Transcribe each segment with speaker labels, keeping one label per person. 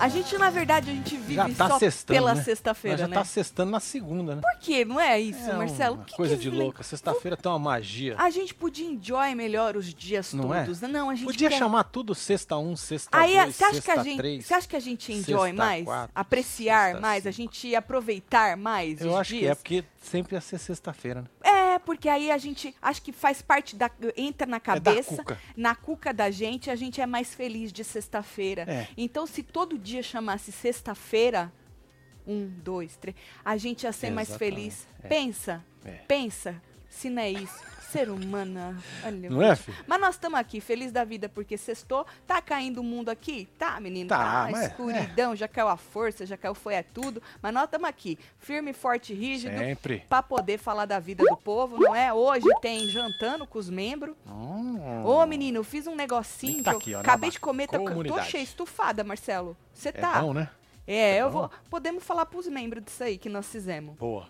Speaker 1: A gente, na verdade, a gente vive
Speaker 2: Já tá
Speaker 1: só
Speaker 2: sextando,
Speaker 1: pela
Speaker 2: né? Mas
Speaker 1: sexta-feira,
Speaker 2: já
Speaker 1: né?
Speaker 2: tá sextando na segunda, né?
Speaker 1: Por quê? Não é isso,
Speaker 2: É
Speaker 1: Marcelo?
Speaker 2: uma
Speaker 1: Que que
Speaker 2: coisa de
Speaker 1: esse
Speaker 2: louca. Sexta-feira tem uma magia.
Speaker 1: A gente podia enjoy melhor os dias
Speaker 2: Não é?
Speaker 1: todos. né? Não, a gente
Speaker 2: Podia
Speaker 1: quer...
Speaker 2: chamar tudo sexta um, sexta
Speaker 1: Aí,
Speaker 2: dois,
Speaker 1: você acha, que a
Speaker 2: sexta
Speaker 1: gente,
Speaker 2: três.
Speaker 1: você acha que a gente enjoy
Speaker 2: sexta
Speaker 1: mais?
Speaker 2: quatro,
Speaker 1: Apreciar
Speaker 2: sexta
Speaker 1: mais? A
Speaker 2: cinco.
Speaker 1: gente aproveitar mais
Speaker 2: Eu
Speaker 1: os
Speaker 2: acho que é,
Speaker 1: dias?
Speaker 2: porque sempre ia ser sexta-feira, né?
Speaker 1: é... porque aí a gente acho que faz parte da. entra na
Speaker 2: É
Speaker 1: cabeça,
Speaker 2: da cuca.
Speaker 1: na cuca da gente, a gente é mais feliz de sexta-feira.
Speaker 2: É.
Speaker 1: Então, se todo dia chamasse sexta-feira, um, dois, três, a gente ia ser mais
Speaker 2: Exatamente,
Speaker 1: feliz.
Speaker 2: é.
Speaker 1: Pensa,
Speaker 2: É.
Speaker 1: pensa, se não é isso. Ser humana. Olha,
Speaker 2: Não é, filho?
Speaker 1: mas nós estamos aqui, feliz da vida, porque sextou. Tá caindo o mundo aqui? Tá, menino.
Speaker 2: Tá,
Speaker 1: Tá,
Speaker 2: mas-
Speaker 1: escuridão, já caiu a força, já caiu foi é tudo. Mas nós estamos aqui, firme, forte, rígido,
Speaker 2: Sempre.
Speaker 1: pra poder falar da vida do povo, não é? Hoje tem jantando com os membros.
Speaker 2: Hum.
Speaker 1: Ô, menino, eu fiz um negocinho
Speaker 2: Nem tá
Speaker 1: que eu
Speaker 2: aqui, ó, na
Speaker 1: acabei de comer. Tá, tô
Speaker 2: comunidade.
Speaker 1: cheia, estufada, Marcelo. Você
Speaker 2: É
Speaker 1: tá?
Speaker 2: bom, né?
Speaker 1: é,
Speaker 2: É
Speaker 1: eu
Speaker 2: bom?
Speaker 1: vou. Podemos falar pros membros disso aí que nós fizemos,
Speaker 2: Boa.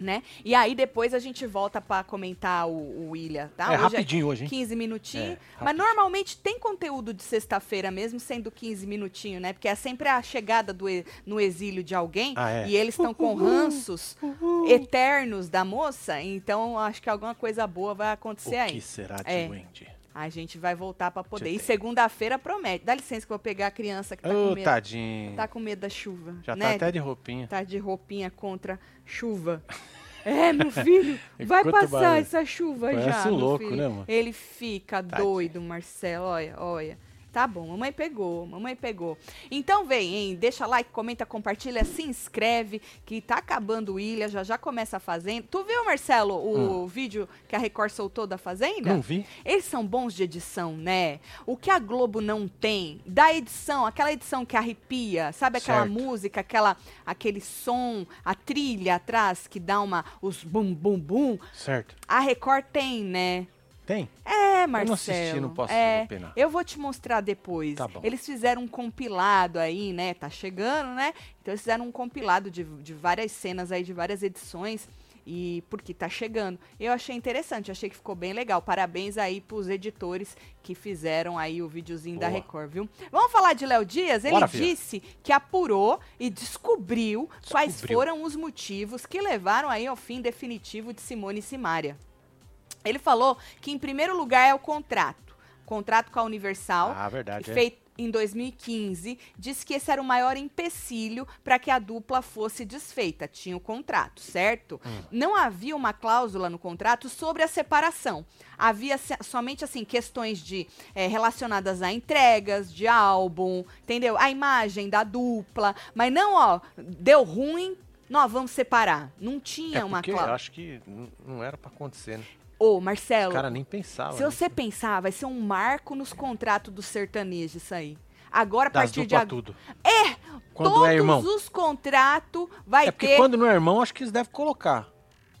Speaker 1: né? E aí depois a gente volta pra comentar o, o William, tá?
Speaker 2: é
Speaker 1: Hoje
Speaker 2: rapidinho hoje, hein?
Speaker 1: 15 minutinhos.
Speaker 2: É,
Speaker 1: mas
Speaker 2: rapidinho.
Speaker 1: normalmente tem conteúdo de sexta-feira, mesmo sendo 15 minutinhos, né? Porque é sempre a chegada do e- no exílio de alguém.
Speaker 2: Ah, é.
Speaker 1: E eles estão com ranços eternos da moça. Então acho que alguma coisa boa vai
Speaker 2: O
Speaker 1: acontecer aí.
Speaker 2: que será de
Speaker 1: É.
Speaker 2: Wendy?
Speaker 1: A gente vai voltar pra poder. E
Speaker 2: Deixa eu ver.
Speaker 1: segunda-feira promete. Dá licença que eu vou pegar a criança que tá, com,
Speaker 2: Ô,
Speaker 1: medo,
Speaker 2: tadinho.
Speaker 1: tá com medo da chuva.
Speaker 2: Já
Speaker 1: né?
Speaker 2: tá até de roupinha.
Speaker 1: Tá de roupinha contra chuva. É, meu filho, vai
Speaker 2: Enquanto
Speaker 1: passar
Speaker 2: barulho.
Speaker 1: essa chuva já.
Speaker 2: Parece um
Speaker 1: meu
Speaker 2: louco,
Speaker 1: filho.
Speaker 2: né, mano?
Speaker 1: Ele fica
Speaker 2: Tadinho.
Speaker 1: doido, Marcelo. Olha, olha. Tá bom, mamãe pegou, mamãe pegou. Então vem, hein? Deixa like, comenta, compartilha, se inscreve, que tá acabando o Ilha, já já começa a Fazenda. Tu viu, Marcelo, o vídeo que a Record soltou da Fazenda?
Speaker 2: Hum. Não vi?
Speaker 1: Eles são bons de edição, né? O que a Globo não tem, da edição, aquela edição que arrepia, sabe aquela
Speaker 2: Certo.
Speaker 1: música, aquela aquele som, a trilha atrás que dá uma os bum bum bum,
Speaker 2: Certo.
Speaker 1: a Record tem, né?
Speaker 2: Tem?
Speaker 1: É,
Speaker 2: não
Speaker 1: Marcelo.
Speaker 2: assisti, não posso
Speaker 1: é,
Speaker 2: opinar.
Speaker 1: Eu vou te mostrar depois.
Speaker 2: Tá bom.
Speaker 1: Eles fizeram um compilado aí, né? Tá chegando, né? Então eles fizeram um compilado de, de várias cenas aí, de várias edições. E porque tá chegando. Eu achei interessante, achei que ficou bem legal. Parabéns aí pros editores que fizeram aí o videozinho da
Speaker 2: Boa.
Speaker 1: Record, viu? Vamos falar de Léo Dias? Ele
Speaker 2: Bora, filha.
Speaker 1: disse que apurou e descobriu, quais
Speaker 2: Descobriu.
Speaker 1: foram os motivos que levaram aí ao fim definitivo de Simone e Simária. Ele falou que, em primeiro lugar, é o contrato. O contrato com a Universal,
Speaker 2: Ah, verdade. é.
Speaker 1: feito em 2015, disse que esse era o maior empecilho para que a dupla fosse desfeita. Tinha o contrato, certo?
Speaker 2: Hum.
Speaker 1: Não havia uma cláusula no contrato sobre a separação. Havia se- somente assim questões de eh, relacionadas a entregas de álbum, entendeu? A imagem da dupla, mas não, ó, deu ruim, nós vamos separar. Não tinha
Speaker 2: É
Speaker 1: uma
Speaker 2: porque
Speaker 1: cláusula.
Speaker 2: eu acho que n- não era pra acontecer, né?
Speaker 1: Ô,
Speaker 2: O
Speaker 1: Marcelo,
Speaker 2: cara nem pensava.
Speaker 1: se
Speaker 2: né?
Speaker 1: você pensar, vai ser um marco nos contratos do sertanejo isso aí. Agora, a
Speaker 2: Das
Speaker 1: partir de
Speaker 2: dupla
Speaker 1: agora,
Speaker 2: tudo. É! Quando
Speaker 1: todos
Speaker 2: é irmão.
Speaker 1: os contratos vai
Speaker 2: É porque
Speaker 1: ter...
Speaker 2: quando não é irmão, acho que eles devem colocar.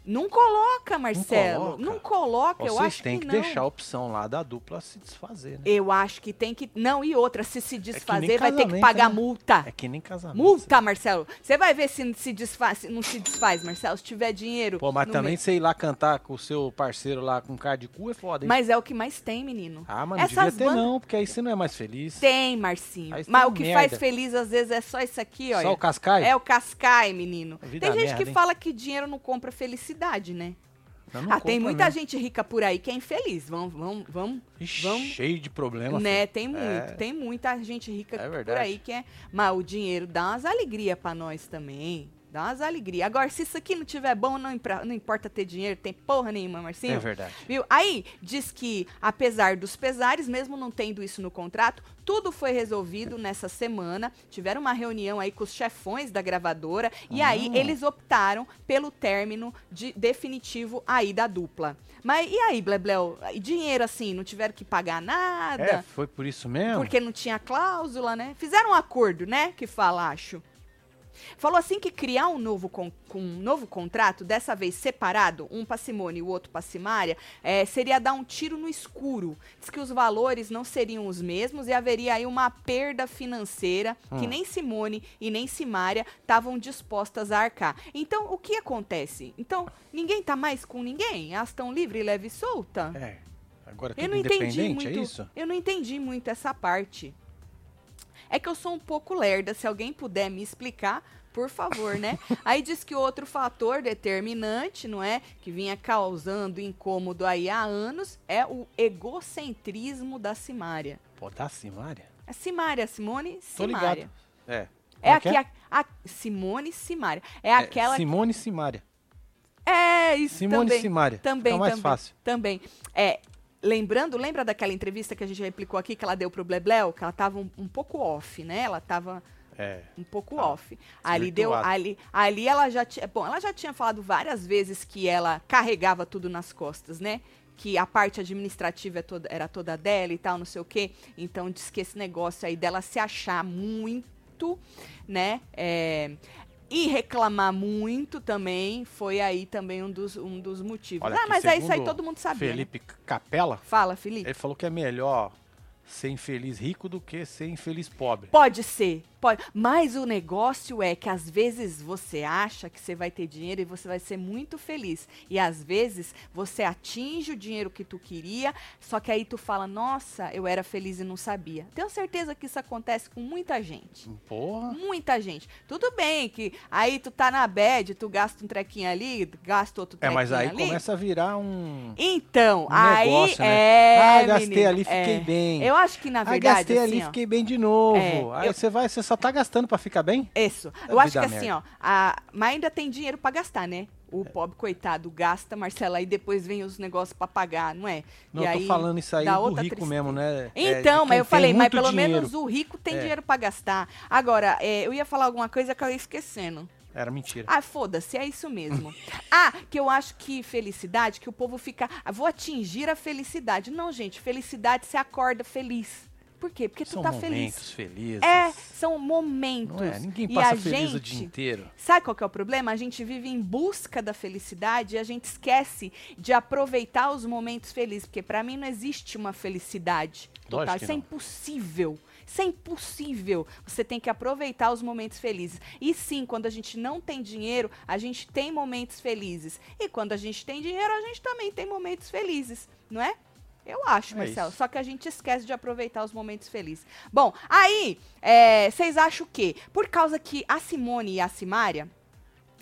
Speaker 1: Não coloca, Marcelo.
Speaker 2: coloca?
Speaker 1: Não coloca, eu
Speaker 2: Vocês
Speaker 1: acho
Speaker 2: têm
Speaker 1: que,
Speaker 2: que,
Speaker 1: não.
Speaker 2: deixar a opção lá da dupla se desfazer, né?
Speaker 1: Eu acho que tem que... Não, e outra, se se
Speaker 2: É nem
Speaker 1: desfazer, vai ter que
Speaker 2: casamento,
Speaker 1: pagar
Speaker 2: né?
Speaker 1: multa.
Speaker 2: É que nem casamento. né?
Speaker 1: Multa, Marcelo. Você vai ver se se desfaz, se não se desfaz, Marcelo. Se tiver dinheiro...
Speaker 2: Pô, mas
Speaker 1: no
Speaker 2: também
Speaker 1: meio.
Speaker 2: sei lá cantar com o seu parceiro lá com cara de cu é foda, hein?
Speaker 1: Mas é o que mais tem, menino.
Speaker 2: ah, mas não
Speaker 1: essas
Speaker 2: devia ter
Speaker 1: bandas-
Speaker 2: não, porque aí você não é mais feliz.
Speaker 1: Tem, Marcinho.
Speaker 2: Aí você
Speaker 1: Mas
Speaker 2: tá
Speaker 1: o que
Speaker 2: merda.
Speaker 1: faz feliz, às vezes, é só isso aqui, olha.
Speaker 2: Só o cascai?
Speaker 1: É o cascai, menino.
Speaker 2: A vida
Speaker 1: Tem
Speaker 2: é uma
Speaker 1: gente
Speaker 2: merda,
Speaker 1: que
Speaker 2: hein?
Speaker 1: fala que dinheiro não compra felicidade, né?
Speaker 2: Não, não
Speaker 1: ah, tem
Speaker 2: compra
Speaker 1: muita
Speaker 2: mesmo.
Speaker 1: gente rica por aí que é infeliz. Vamos, vamos, vamos.
Speaker 2: Ixi,
Speaker 1: vamos-
Speaker 2: Cheio de problema,
Speaker 1: né?
Speaker 2: filho.
Speaker 1: Tem muito.
Speaker 2: É.
Speaker 1: Tem muita gente rica
Speaker 2: É
Speaker 1: por
Speaker 2: verdade.
Speaker 1: aí que é. Mas o dinheiro dá umas alegria pra nós também. Dá umas alegria. Agora, se isso aqui não tiver bom, não, impra- não importa ter dinheiro, tem porra nenhuma, Marcinho.
Speaker 2: É verdade.
Speaker 1: Viu? Aí diz que, apesar dos pesares, mesmo não tendo isso no contrato, tudo foi resolvido nessa semana. Tiveram uma reunião aí com os chefões da gravadora e aí
Speaker 2: Ah.
Speaker 1: eles optaram pelo término de- definitivo aí da dupla. Mas e aí, Blebleu? E Dinheiro assim, não tiveram que pagar
Speaker 2: É,
Speaker 1: nada?
Speaker 2: foi por isso mesmo?
Speaker 1: Porque não tinha cláusula, né? Fizeram um acordo, né? Que fala, acho. Falou assim que criar um novo, con- com um novo contrato, dessa vez separado, um para Simone e o outro para Simária, é, seria dar um tiro no escuro. Diz que os valores não seriam os mesmos e haveria aí uma perda financeira que
Speaker 2: Hum.
Speaker 1: nem Simone e nem Simária estavam dispostas a arcar. Então, o que acontece? Então, ninguém tá mais com ninguém? Elas estão livre, leve e solta?
Speaker 2: É. Agora é
Speaker 1: Eu
Speaker 2: tudo
Speaker 1: não entendi
Speaker 2: independente,
Speaker 1: muito.
Speaker 2: é isso?
Speaker 1: Eu não entendi muito essa parte. É que eu sou um pouco lerda, se alguém puder me explicar, por favor, né? Aí diz que outro fator determinante, não é, que vinha causando incômodo aí há anos, é o egocentrismo da Simária.
Speaker 2: Pô, da Simária?
Speaker 1: É Simária, Simone
Speaker 2: Tô
Speaker 1: Simária.
Speaker 2: ligado. É.
Speaker 1: É
Speaker 2: Como que
Speaker 1: aqui, a, a- Simone Simária. É aquela
Speaker 2: Simone Simária.
Speaker 1: É, isso
Speaker 2: Simone
Speaker 1: também.
Speaker 2: Simária.
Speaker 1: Também,
Speaker 2: Fica mais
Speaker 1: também,
Speaker 2: fácil.
Speaker 1: também. É, lembrando, lembra daquela entrevista que a gente replicou aqui, que ela deu pro Blebleu? Que ela tava um, um pouco off, né? Ela tava
Speaker 2: É.
Speaker 1: um pouco
Speaker 2: Tá.
Speaker 1: off. Ali deu,
Speaker 2: Desvirtuada.
Speaker 1: ali, ali ela já tinha, bom, ela já tinha falado várias vezes que ela carregava tudo nas costas, né? Que a parte administrativa é toda- era toda dela e tal, não sei o quê. Então diz que esse negócio aí dela se achar muito, né? É, e reclamar muito também foi aí também um dos, um dos motivos.
Speaker 2: Olha
Speaker 1: ah,
Speaker 2: aqui,
Speaker 1: mas é isso aí
Speaker 2: segundo
Speaker 1: todo mundo sabia. né?
Speaker 2: Felipe Capela,
Speaker 1: Fala, Felipe.
Speaker 2: ele falou que é melhor ser infeliz rico do que ser infeliz pobre.
Speaker 1: Pode ser, pode. Mas o negócio é que às vezes você acha que você vai ter dinheiro e você vai ser muito feliz. E às vezes você atinge o dinheiro que tu queria, só que aí tu fala, nossa, eu era feliz e não sabia. Tenho certeza que isso acontece com muita gente.
Speaker 2: Porra.
Speaker 1: Muita gente. Tudo bem que aí tu tá na bad, tu gasta um trequinho ali, gasta outro
Speaker 2: É,
Speaker 1: trequinho
Speaker 2: mas aí
Speaker 1: ali.
Speaker 2: começa a virar um.
Speaker 1: Então,
Speaker 2: um
Speaker 1: aí
Speaker 2: negócio,
Speaker 1: é,
Speaker 2: ah, gastei
Speaker 1: menino,
Speaker 2: ali, fiquei
Speaker 1: é.
Speaker 2: bem.
Speaker 1: Eu acho que na
Speaker 2: ah,
Speaker 1: verdade
Speaker 2: gastei
Speaker 1: assim,
Speaker 2: ali,
Speaker 1: ó,
Speaker 2: fiquei bem de novo.
Speaker 1: É,
Speaker 2: aí
Speaker 1: eu-
Speaker 2: você vai, você só tá gastando pra ficar bem?
Speaker 1: Isso.
Speaker 2: É
Speaker 1: Eu acho que
Speaker 2: vida
Speaker 1: assim, ó, a- mas ainda tem dinheiro pra gastar, né?
Speaker 2: É.
Speaker 1: O pobre coitado gasta, Marcela, e depois vem os negócios pra pagar, não é?
Speaker 2: Não,
Speaker 1: e
Speaker 2: eu tô
Speaker 1: aí
Speaker 2: falando isso aí
Speaker 1: dá
Speaker 2: do rico
Speaker 1: outra tristeza.
Speaker 2: mesmo, né? É, de
Speaker 1: Então, mas
Speaker 2: quem
Speaker 1: eu falei,
Speaker 2: tem
Speaker 1: mas
Speaker 2: muito
Speaker 1: pelo
Speaker 2: dinheiro.
Speaker 1: menos o rico tem
Speaker 2: É.
Speaker 1: dinheiro pra gastar. Agora, é, eu ia falar alguma coisa que eu ia esquecendo.
Speaker 2: Era mentira.
Speaker 1: Ah, foda-se, é isso mesmo. ah, que eu acho que felicidade, que o povo fica. "Ah, Vou atingir a felicidade. Não, gente, felicidade você acorda feliz. Por quê? Porque tu
Speaker 2: São
Speaker 1: tá feliz.
Speaker 2: momentos felizes.
Speaker 1: É, são momentos.
Speaker 2: Não é? Ninguém
Speaker 1: E
Speaker 2: passa
Speaker 1: a
Speaker 2: feliz o
Speaker 1: gente-
Speaker 2: dia inteiro.
Speaker 1: Sabe qual que é o problema? A gente vive em busca da felicidade e a gente esquece de aproveitar os momentos felizes, porque pra mim não existe uma felicidade total.
Speaker 2: Lógico que
Speaker 1: Isso é
Speaker 2: não.
Speaker 1: impossível. Isso é impossível. Você tem que aproveitar os momentos felizes. E sim, quando a gente não tem dinheiro, a gente tem momentos felizes. E quando a gente tem dinheiro, a gente também tem momentos felizes, não é? Eu acho,
Speaker 2: É
Speaker 1: Marcelo.
Speaker 2: isso.
Speaker 1: Só que a gente esquece de aproveitar os momentos felizes. Bom, aí, é, vocês acham o quê? Por causa que a Simone e a Simária,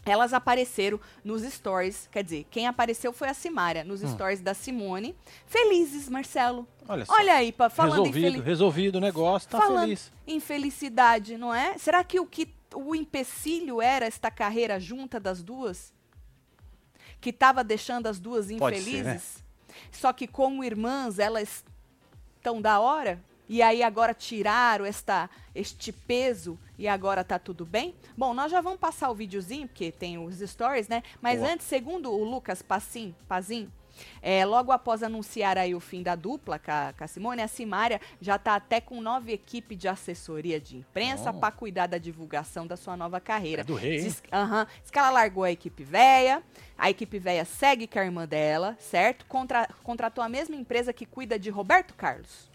Speaker 1: elas apareceram nos stories. Quer dizer, quem apareceu foi a Simária, nos
Speaker 2: Hum.
Speaker 1: stories da Simone. Felizes, Marcelo.
Speaker 2: Olha É só.
Speaker 1: Olha aí, pa- falando em,
Speaker 2: resolvido,
Speaker 1: felicidade,
Speaker 2: resolvido o negócio, tá
Speaker 1: Falando-
Speaker 2: feliz.
Speaker 1: em felicidade, não é? Será que o que o empecilho era esta carreira junta das duas? Que estava deixando as duas
Speaker 2: Pode
Speaker 1: infelizes?
Speaker 2: ser, né?
Speaker 1: Só que como irmãs, elas tão da hora? E aí agora tiraram esta, este peso e agora tá tudo bem? Bom, nós já vamos passar o videozinho, porque tem os stories, né? Mas
Speaker 2: Boa.
Speaker 1: antes, segundo o Lucas Passim, Pazin, é, logo após anunciar aí o fim da dupla com a, com a Simone, a Simária já tá até com nova equipe de assessoria de imprensa
Speaker 2: Oh.
Speaker 1: pra cuidar da divulgação da sua nova carreira.
Speaker 2: É do rei, hein?
Speaker 1: Diz, aham. Diz que ela largou a equipe véia, a equipe véia segue com a irmã dela, certo? Contra- contratou a mesma empresa que cuida de Roberto Carlos.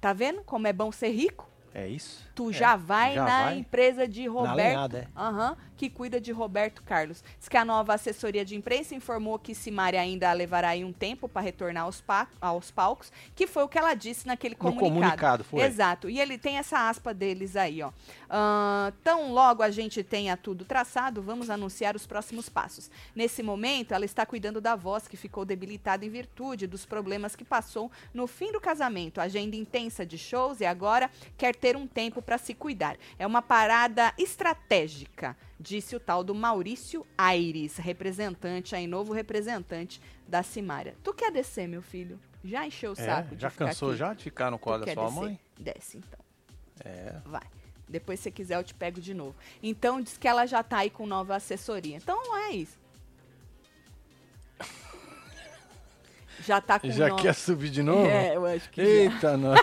Speaker 1: tá vendo como é bom ser rico?
Speaker 2: É isso?
Speaker 1: Tu
Speaker 2: É,
Speaker 1: já vai
Speaker 2: já
Speaker 1: na
Speaker 2: vai
Speaker 1: empresa de
Speaker 2: na
Speaker 1: Roberto
Speaker 2: alinhada, é.
Speaker 1: Aham, que cuida de Roberto Carlos. Diz que a nova assessoria de imprensa informou que Simária ainda levará aí um tempo para retornar aos, pa- aos palcos, que foi o que ela disse naquele
Speaker 2: No
Speaker 1: comunicado.
Speaker 2: comunicado, foi.
Speaker 1: Exato. E ele tem essa aspa deles aí, ó. Ahn, tão logo a gente tenha tudo traçado, vamos anunciar os próximos passos. Nesse momento, ela está cuidando da voz que ficou debilitada em virtude dos problemas que passou no fim do casamento, agenda intensa de shows e agora quer ter um tempo para se cuidar. É uma parada estratégica, disse o tal do Maurício Aires, representante aí, novo representante da Simária. Tu quer descer, meu filho? Já encheu o
Speaker 2: É,
Speaker 1: saco de
Speaker 2: já
Speaker 1: ficar
Speaker 2: cansou
Speaker 1: aqui?
Speaker 2: já de ficar no colo
Speaker 1: Tu
Speaker 2: da
Speaker 1: quer
Speaker 2: sua
Speaker 1: é descer?
Speaker 2: mãe?
Speaker 1: Desce, então.
Speaker 2: É.
Speaker 1: Vai. Depois, se quiser, eu te pego de novo. Então, diz que ela já tá aí com nova assessoria. Então, é isso. Já tá com
Speaker 2: Já
Speaker 1: nova...
Speaker 2: quer subir de novo?
Speaker 1: É, eu acho que já.
Speaker 2: Eita, nós.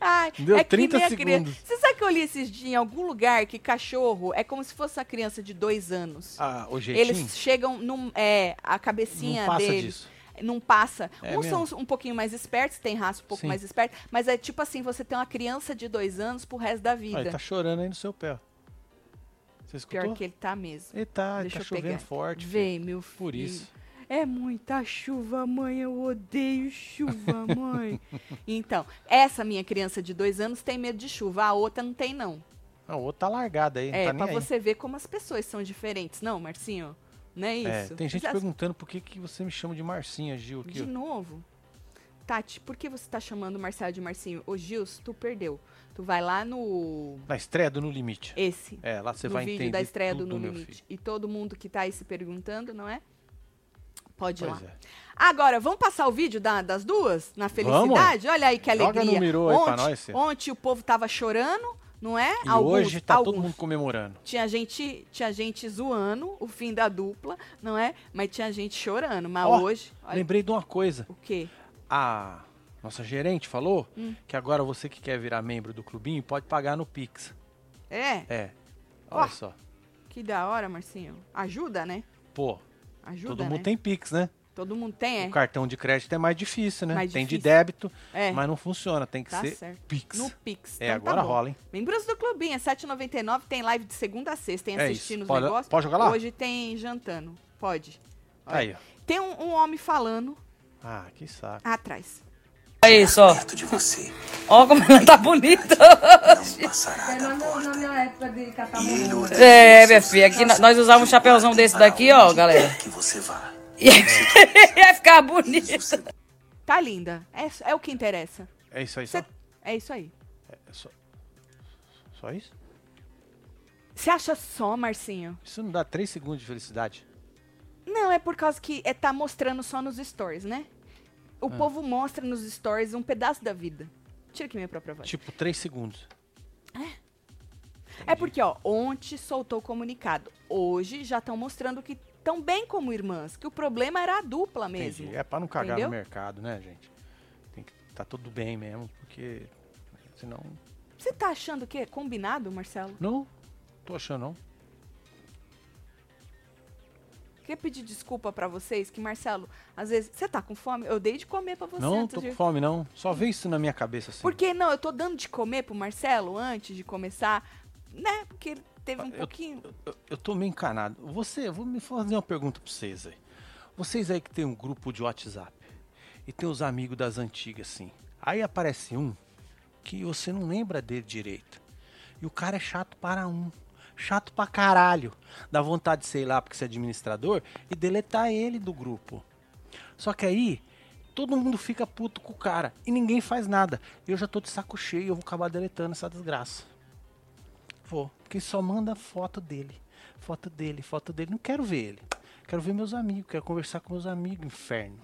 Speaker 1: Ai,
Speaker 2: Deu
Speaker 1: é que
Speaker 2: 30
Speaker 1: nem a criança-
Speaker 2: segundos.
Speaker 1: Você sabe que eu li esses dias em algum lugar que cachorro é como se fosse uma criança de dois anos.
Speaker 2: Ah, o jeitinho
Speaker 1: Eles chegam num... É, a
Speaker 2: não
Speaker 1: cabecinha
Speaker 2: passa
Speaker 1: deles.
Speaker 2: disso.
Speaker 1: Não passa.
Speaker 2: É
Speaker 1: Uns são um pouquinho mais espertos, tem raça um pouco
Speaker 2: Sim.
Speaker 1: mais esperta. Mas é tipo assim, você tem uma criança de dois anos pro resto da
Speaker 2: Ah, ele
Speaker 1: vida.
Speaker 2: tá chorando aí no seu pé. ó. Você escutou?
Speaker 1: Pior que ele tá mesmo.
Speaker 2: Ele tá, ele
Speaker 1: Deixa
Speaker 2: tá
Speaker 1: eu pegar
Speaker 2: chovendo
Speaker 1: aqui.
Speaker 2: forte. filho.
Speaker 1: Vem, meu filho.
Speaker 2: Por isso.
Speaker 1: É muita chuva, mãe. Eu odeio chuva, mãe. então, essa minha criança de dois anos tem medo de chuva, a outra não tem, não.
Speaker 2: A outra tá largada aí, não
Speaker 1: é,
Speaker 2: tá
Speaker 1: pra
Speaker 2: nem aí.
Speaker 1: você ver como as pessoas são diferentes, não, Marcinho? Não é
Speaker 2: É,
Speaker 1: isso?
Speaker 2: tem gente
Speaker 1: Mas as-
Speaker 2: perguntando por que, que você me chama de Marcinha, Gil. Aqui,
Speaker 1: De
Speaker 2: ó.
Speaker 1: novo? Tati, por que você tá chamando o Marcelo de Marcinho? Ô, Gils, tu perdeu. Tu vai lá no.
Speaker 2: Na estreia do No Limite.
Speaker 1: Esse.
Speaker 2: É, lá você
Speaker 1: no
Speaker 2: vai
Speaker 1: vídeo
Speaker 2: entender
Speaker 1: da estreia
Speaker 2: tudo,
Speaker 1: do No
Speaker 2: meu
Speaker 1: Limite.
Speaker 2: filho.
Speaker 1: E todo mundo que tá aí se perguntando, não é? Pode ir lá.
Speaker 2: Pois é.
Speaker 1: Agora, vamos passar o vídeo da- das duas? Na felicidade? Olha aí que
Speaker 2: Joga
Speaker 1: alegria.
Speaker 2: no Mirô aí pra nós, Cê.
Speaker 1: ontem o povo tava chorando, não é?
Speaker 2: E hoje tá todo mundo comemorando.
Speaker 1: Tinha gente, tinha gente zoando o fim da dupla, não é? Mas tinha gente chorando. Mas
Speaker 2: Ó,
Speaker 1: hoje. olha,
Speaker 2: Lembrei de uma coisa.
Speaker 1: o quê?
Speaker 2: A nossa gerente falou
Speaker 1: Hum.
Speaker 2: que agora você que quer virar membro do clubinho pode pagar no Pix.
Speaker 1: É,
Speaker 2: É.
Speaker 1: Ó.
Speaker 2: Olha só.
Speaker 1: que da hora, Marcinho. Ajuda, né?
Speaker 2: Pô,
Speaker 1: Ajuda.
Speaker 2: todo
Speaker 1: né?
Speaker 2: mundo tem Pix, né?
Speaker 1: Todo mundo tem, é.
Speaker 2: O cartão de crédito é mais difícil, né?
Speaker 1: Mais
Speaker 2: tem de
Speaker 1: difícil.
Speaker 2: débito,
Speaker 1: É,
Speaker 2: mas não funciona. Tem que
Speaker 1: tá
Speaker 2: ser
Speaker 1: certo.
Speaker 2: Pix.
Speaker 1: No Pix.
Speaker 2: É,
Speaker 1: então tá
Speaker 2: agora
Speaker 1: bom.
Speaker 2: rola, hein?
Speaker 1: Membros do Clubinho, é R$ 7,99. Tem live de segunda a sexta. Tem
Speaker 2: É
Speaker 1: assistindo
Speaker 2: isso.
Speaker 1: os
Speaker 2: Pode-
Speaker 1: negócios.
Speaker 2: pode jogar lá?
Speaker 1: Hoje tem jantando. Pode.
Speaker 2: Tá Aí, ó.
Speaker 1: Tem um, um homem falando
Speaker 2: Ah, que saco.
Speaker 1: atrás.
Speaker 3: Olha isso, ó.
Speaker 4: perto de você
Speaker 3: Ó como ela tá bonita.
Speaker 4: não passará da porta.
Speaker 3: É,
Speaker 4: E ele olhará nos
Speaker 3: minha
Speaker 4: seus
Speaker 3: filha, aqui nó-
Speaker 4: olhos
Speaker 3: nós usávamos um
Speaker 4: de guarda
Speaker 3: chapéuzão desse
Speaker 4: para
Speaker 3: daqui, ó,
Speaker 4: onde
Speaker 3: galera.
Speaker 4: quer Que você vá.
Speaker 3: E Ia ficar bonita.
Speaker 4: Isso será
Speaker 1: Tá linda. É, é o que interessa.
Speaker 2: É isso aí,
Speaker 1: Cê-
Speaker 2: só?
Speaker 1: É isso aí.
Speaker 2: É só... só isso?
Speaker 1: Você acha só, Marcinho?
Speaker 2: Isso não dá três segundos de felicidade.
Speaker 1: Não, é por causa que é tá mostrando só nos stories, né? O
Speaker 2: É.
Speaker 1: povo mostra nos stories um pedaço da vida. Tira aqui minha própria voz.
Speaker 2: Tipo, três segundos.
Speaker 1: É porque, ó, ontem soltou o comunicado. Hoje já estão mostrando que tão bem como irmãs, que o problema era a dupla mesmo.
Speaker 2: Entendi. É pra não cagar
Speaker 1: Entendeu?
Speaker 2: no mercado, né, gente? Tem que tá tudo bem mesmo, porque senão
Speaker 1: Você tá achando que é combinado, Marcelo?
Speaker 2: não tô achando não.
Speaker 1: Quer pedir desculpa pra vocês que Marcelo, às vezes, você tá com fome? Eu dei de comer pra você
Speaker 2: não
Speaker 1: antes
Speaker 2: tô
Speaker 1: de-
Speaker 2: com fome não. Só vê isso na minha cabeça assim.
Speaker 1: Por que não? Eu tô dando de comer pro Marcelo antes de começar, né? Porque ele teve um
Speaker 2: Ah, Eu-
Speaker 1: pouquinho.
Speaker 2: Eu, eu tô meio encanado. Você, eu vou me fazer uma pergunta pra vocês aí. Vocês aí que tem um grupo de WhatsApp e tem os amigos das antigas, assim. Aí aparece um que você não lembra dele direito. E o cara é chato para um. Chato pra caralho. Dá vontade de sei lá porque você é administrador e deletar ele do grupo. Só que aí, todo mundo fica puto com o cara e ninguém faz nada. Eu já tô de saco cheio, eu vou acabar deletando essa desgraça. Vou, porque só manda foto dele. Foto dele, foto dele. Não quero ver ele. Quero ver meus amigos, quero conversar com meus amigos, inferno.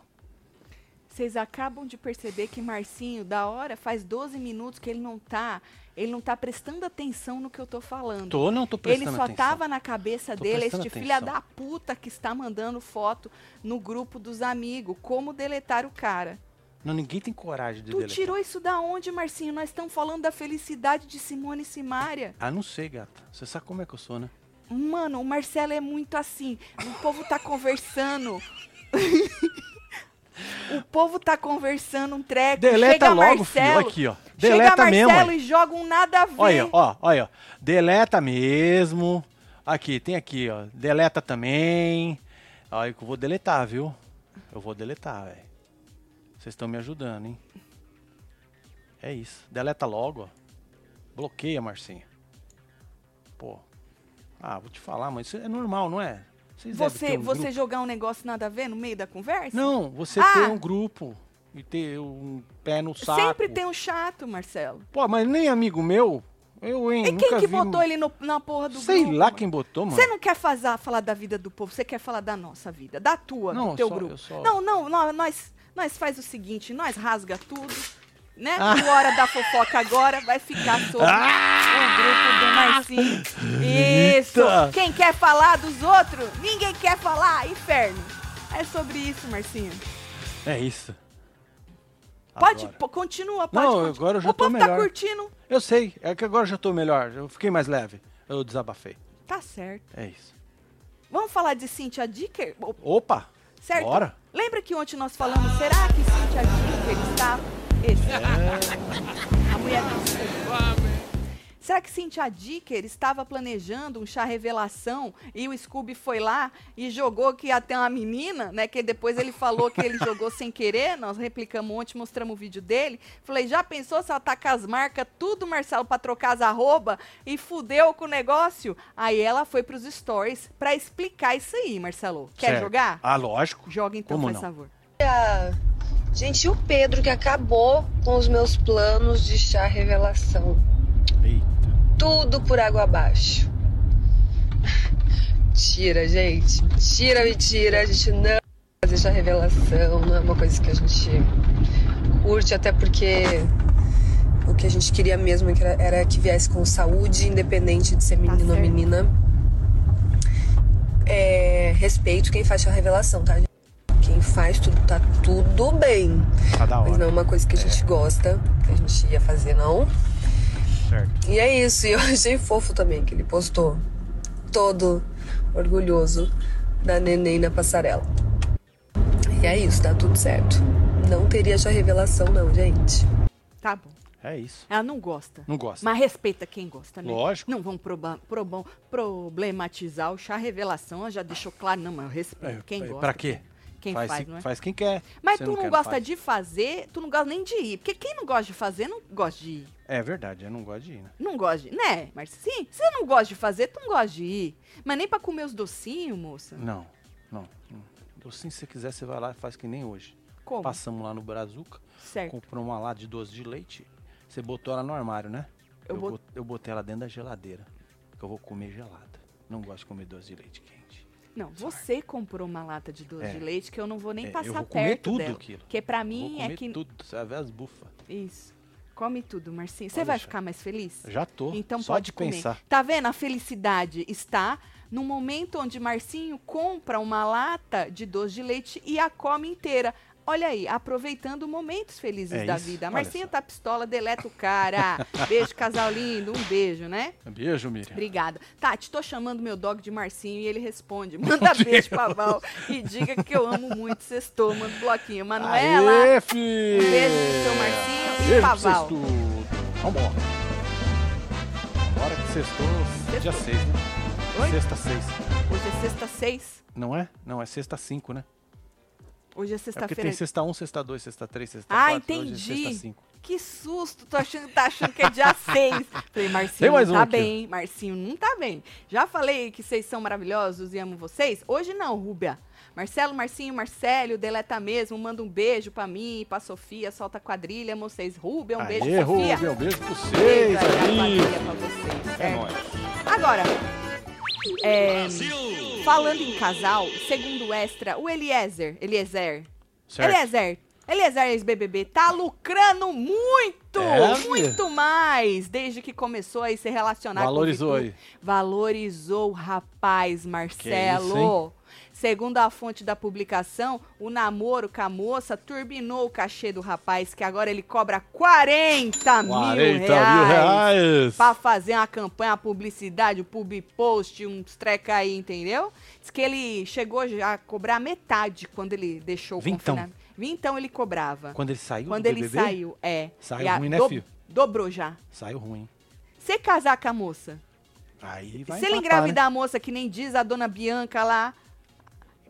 Speaker 1: Vocês acabam de perceber que Marcinho, da hora, faz 12 minutos que ele não tá, ele não tá prestando atenção no que eu tô falando.
Speaker 2: Tô, não tô
Speaker 1: Ele
Speaker 2: prestando
Speaker 1: só
Speaker 2: atenção.
Speaker 1: tava na cabeça
Speaker 2: Tô
Speaker 1: dele,
Speaker 2: prestando
Speaker 1: este filha
Speaker 2: atenção.
Speaker 1: da puta que está mandando foto no grupo dos amigos. Como deletar o cara?
Speaker 2: Não, ninguém tem coragem de
Speaker 1: Tu
Speaker 2: deletar.
Speaker 1: tirou isso da onde, Marcinho? Nós estamos falando da felicidade de Simone e Simária.
Speaker 2: Ah, não sei, gata. Você sabe como é que eu sou, né?
Speaker 1: Mano, o Marcelo é muito assim. O povo tá conversando. o povo tá conversando um treco.
Speaker 2: Deleta
Speaker 1: chega
Speaker 2: logo,
Speaker 1: Marcelo,
Speaker 2: filho. Aqui, ó.
Speaker 1: chega
Speaker 2: Deleta mesmo.
Speaker 1: Marcelo
Speaker 2: aí.
Speaker 1: e joga um nada a ver.
Speaker 2: Olha, aí, ó, olha, ó. Deleta mesmo. Aqui, tem aqui, ó. Deleta também. Olha que eu vou deletar, viu? Eu vou deletar, velho. Vocês estão me ajudando, hein? É isso. Deleta logo, ó. Bloqueia, Marcinha. Pô. Ah, vou te falar, mas isso é normal, não é? Vocês devem ter
Speaker 1: Você,
Speaker 2: um
Speaker 1: você
Speaker 2: grupo.
Speaker 1: jogar um negócio nada a ver no meio da conversa?
Speaker 2: Não, você
Speaker 1: Ah!
Speaker 2: tem um grupo e ter um pé no saco.
Speaker 1: Sempre tem um chato, Marcelo.
Speaker 2: Pô, mas nem amigo meu. Eu,
Speaker 1: E
Speaker 2: hein?
Speaker 1: É quem
Speaker 2: nunca
Speaker 1: que
Speaker 2: vi
Speaker 1: botou ele no- na porra do
Speaker 2: Sei
Speaker 1: grupo,
Speaker 2: lá
Speaker 1: mano?
Speaker 2: quem botou, mano.
Speaker 1: Você não quer fazer, falar da vida do povo, você quer falar da nossa vida, da tua,
Speaker 2: Não,
Speaker 1: do teu
Speaker 2: só-
Speaker 1: grupo.
Speaker 2: eu só-
Speaker 1: Não, não, nó- nós, nós faz o seguinte, nós rasga tudo, né?
Speaker 2: Ah.
Speaker 1: E o Hora da Fofoca agora vai ficar sobre o grupo do Marcinho. Isso!
Speaker 2: Ah! Eita.
Speaker 1: Quem quer falar dos outros, ninguém quer falar, inferno. É sobre isso, Marcinho.
Speaker 2: É isso.
Speaker 1: Pode,
Speaker 2: Agora.
Speaker 1: pô, continua, pode.
Speaker 2: Não,
Speaker 1: continua.
Speaker 2: agora eu já
Speaker 1: o
Speaker 2: tô
Speaker 1: povo tá
Speaker 2: melhor.
Speaker 1: curtindo.
Speaker 2: Eu sei, é que agora eu já tô melhor. Eu fiquei mais leve. Eu desabafei.
Speaker 1: Tá certo.
Speaker 2: É isso.
Speaker 1: Vamos falar de Cynthia Dicker? Ô,
Speaker 2: Opa!
Speaker 1: Certo?
Speaker 2: Bora!
Speaker 1: Lembra que ontem nós falamos, será que Cynthia
Speaker 2: É.
Speaker 1: Dicker está... Esse. A mulher... tá assim. Será que Cynthia Dicker estava planejando um chá revelação e o Scooby foi lá e jogou que ia ter uma menina, né? Que depois ele falou que ele jogou sem querer, nós replicamos ontem, mostramos o vídeo dele. Falei, já pensou se ela tá com as marcas, tudo, Marcelo, pra trocar as arroba e fudeu com o negócio? Aí ela foi pros stories pra explicar isso aí, Marcelo. Quer
Speaker 2: Certo.
Speaker 1: jogar?
Speaker 2: Ah, lógico.
Speaker 1: Joga então,
Speaker 2: Como
Speaker 1: faz
Speaker 2: não?
Speaker 1: favor.
Speaker 5: Gente, e o Pedro que acabou com os meus planos de chá revelação.
Speaker 2: Eita.
Speaker 5: Tudo por água abaixo. Tira, gente. Mentira, mentira. A gente não vai fazer chá revelação. Não é uma coisa que a gente curte, até porque o que a gente queria mesmo é que era, era que viesse com saúde, independente de ser menino ou
Speaker 1: certo.
Speaker 5: menina. É, respeito quem faz chá revelação, tá? gente? Quem faz tudo, tá tudo bem.
Speaker 2: Tá da
Speaker 5: Mas não é
Speaker 2: hora.
Speaker 5: uma coisa que a gente gosta, que a gente ia fazer, não.
Speaker 2: Certo.
Speaker 5: E é isso, e eu achei fofo também que ele postou. Todo orgulhoso da neném na passarela. E é isso, tá tudo certo. Não teria essa revelação, não, gente.
Speaker 1: Tá bom.
Speaker 2: É isso.
Speaker 1: Ela não gosta.
Speaker 2: Não gosta.
Speaker 1: Mas respeita quem gosta, né?
Speaker 2: Lógico.
Speaker 1: Não vão proba- proba- problematizar o chá revelação. Ela já deixou claro, não, mas eu respeito
Speaker 2: É,
Speaker 1: quem
Speaker 2: é,
Speaker 1: gosta.
Speaker 2: Pra quê?
Speaker 1: Quem faz,
Speaker 2: faz,
Speaker 1: não é?
Speaker 2: faz quem quer.
Speaker 1: Mas
Speaker 2: Você
Speaker 1: tu não,
Speaker 2: quer,
Speaker 1: gosta
Speaker 2: faz.
Speaker 1: de fazer, tu não gosta nem de ir. Porque quem não gosta de fazer, não gosta de ir.
Speaker 2: É verdade, eu não gosto de ir, né?
Speaker 1: Não gosta de... Né, mas sim, se você não gosta de fazer, tu não gosta de ir. Mas nem pra comer os docinhos, moça.
Speaker 2: Não, não. Docinho, se você quiser, você vai lá e faz que nem hoje.
Speaker 1: Como?
Speaker 2: Passamos lá no Brazuca,
Speaker 1: Certo.
Speaker 2: comprou uma lata de doce de leite. Você botou ela no armário, né?
Speaker 1: Eu bot-
Speaker 2: bot- eu botei ela dentro da geladeira, que eu vou comer gelada. Não gosto de comer doce de leite quente.
Speaker 1: Não, você comprou uma lata de doce
Speaker 2: É.
Speaker 1: de leite que eu não vou nem
Speaker 2: É, eu
Speaker 1: passar
Speaker 2: vou comer
Speaker 1: perto
Speaker 2: tudo
Speaker 1: dela.
Speaker 2: aquilo.
Speaker 1: Porque pra
Speaker 2: Eu vou
Speaker 1: mim
Speaker 2: comer
Speaker 1: é que...
Speaker 2: tudo, você vai ver as bufas.
Speaker 1: Isso. Come tudo, Marcinho. Você
Speaker 2: Pode
Speaker 1: vai
Speaker 2: deixar.
Speaker 1: ficar mais feliz?
Speaker 2: Já tô,
Speaker 1: Então
Speaker 2: só
Speaker 1: pode
Speaker 2: de
Speaker 1: comer.
Speaker 2: pensar.
Speaker 1: Tá vendo? A felicidade está no momento onde Marcinho compra uma lata de doce de leite e a come inteira. Olha aí, aproveitando momentos felizes
Speaker 2: É
Speaker 1: da
Speaker 2: isso,
Speaker 1: vida.
Speaker 2: olha
Speaker 1: Marcinho
Speaker 2: só.
Speaker 1: tá pistola, deleta o cara. beijo, casal lindo. Um beijo, né?
Speaker 2: Beijo, Miriam.
Speaker 1: Obrigada. Tati, tô chamando meu dog de Marcinho e ele responde. Manda beijo pra Val e diga que eu amo muito. Sextou, manda um bloquinho. Manuela.
Speaker 2: Aê, filho!
Speaker 1: Um beijo pro seu Marcinho e
Speaker 2: beijo
Speaker 1: pra
Speaker 2: pro
Speaker 1: Val.
Speaker 2: sextudo. Vambora. Bora que sextou, dia 6, né?
Speaker 1: Oi?
Speaker 2: Sexta 6.
Speaker 1: Hoje é sexta seis.
Speaker 2: Não é? Não, é sexta 5, né?
Speaker 1: Hoje é
Speaker 2: É porque tem
Speaker 1: sexta-feira.
Speaker 2: sexta 1, sexta 2, sexta 3, sexta
Speaker 1: Ah,
Speaker 2: 4. Hoje é
Speaker 1: entendi.
Speaker 2: sexta 5.
Speaker 1: Que susto, tô achando, tá achando que é dia 6. Falei, Marcinho,
Speaker 2: Tem mais
Speaker 1: não
Speaker 2: um
Speaker 1: tá
Speaker 2: aqui, ó.
Speaker 1: bem, Marcinho, não tá bem. Já falei que vocês são maravilhosos e amo vocês? Hoje não, Rúbia. Marcelo, Marcinho, Marcelo, deleta mesmo, manda um beijo pra mim, pra Sofia, solta a quadrilha, amo vocês. Rúbia, um beijo,
Speaker 2: Aê,
Speaker 1: Sofia.
Speaker 2: Rubio, um beijo pra
Speaker 1: Beijo aí,
Speaker 2: vocês
Speaker 1: a
Speaker 2: aí.
Speaker 1: quadrilha pra vocês,
Speaker 2: É
Speaker 1: certo?
Speaker 2: nóis.
Speaker 1: Agora, é, falando em casal, segundo o Extra, o Eliezer, Eliezer,
Speaker 2: Certo.
Speaker 1: Eliezer, Eliezer ex-BBB, tá lucrando muito,
Speaker 2: É, filha.
Speaker 1: muito mais, desde que começou a se relacionar
Speaker 2: Valorizou
Speaker 1: com o
Speaker 2: aí.
Speaker 1: Valorizou o rapaz, Marcelo. Segundo a fonte da publicação, o namoro com a moça turbinou o cachê do rapaz, que agora ele cobra 40 mil
Speaker 2: 40
Speaker 1: reais.
Speaker 2: mil reais.
Speaker 1: Pra fazer uma campanha, uma publicidade, um pub post, um treca aí, entendeu? Diz que ele chegou já a cobrar metade quando ele deixou o
Speaker 2: Vintão.
Speaker 1: confinamento. Vintão ele cobrava.
Speaker 2: Quando ele saiu
Speaker 1: Quando
Speaker 2: do
Speaker 1: ele
Speaker 2: BBB,
Speaker 1: saiu, é.
Speaker 2: Saiu
Speaker 1: E a-
Speaker 2: ruim, né, filho?
Speaker 1: Dobrou já.
Speaker 2: Saiu ruim.
Speaker 1: Você casar com a moça,
Speaker 2: Aí vai
Speaker 1: se ele
Speaker 2: empatar, né?
Speaker 1: engravidar a moça, que nem diz a dona Bianca lá.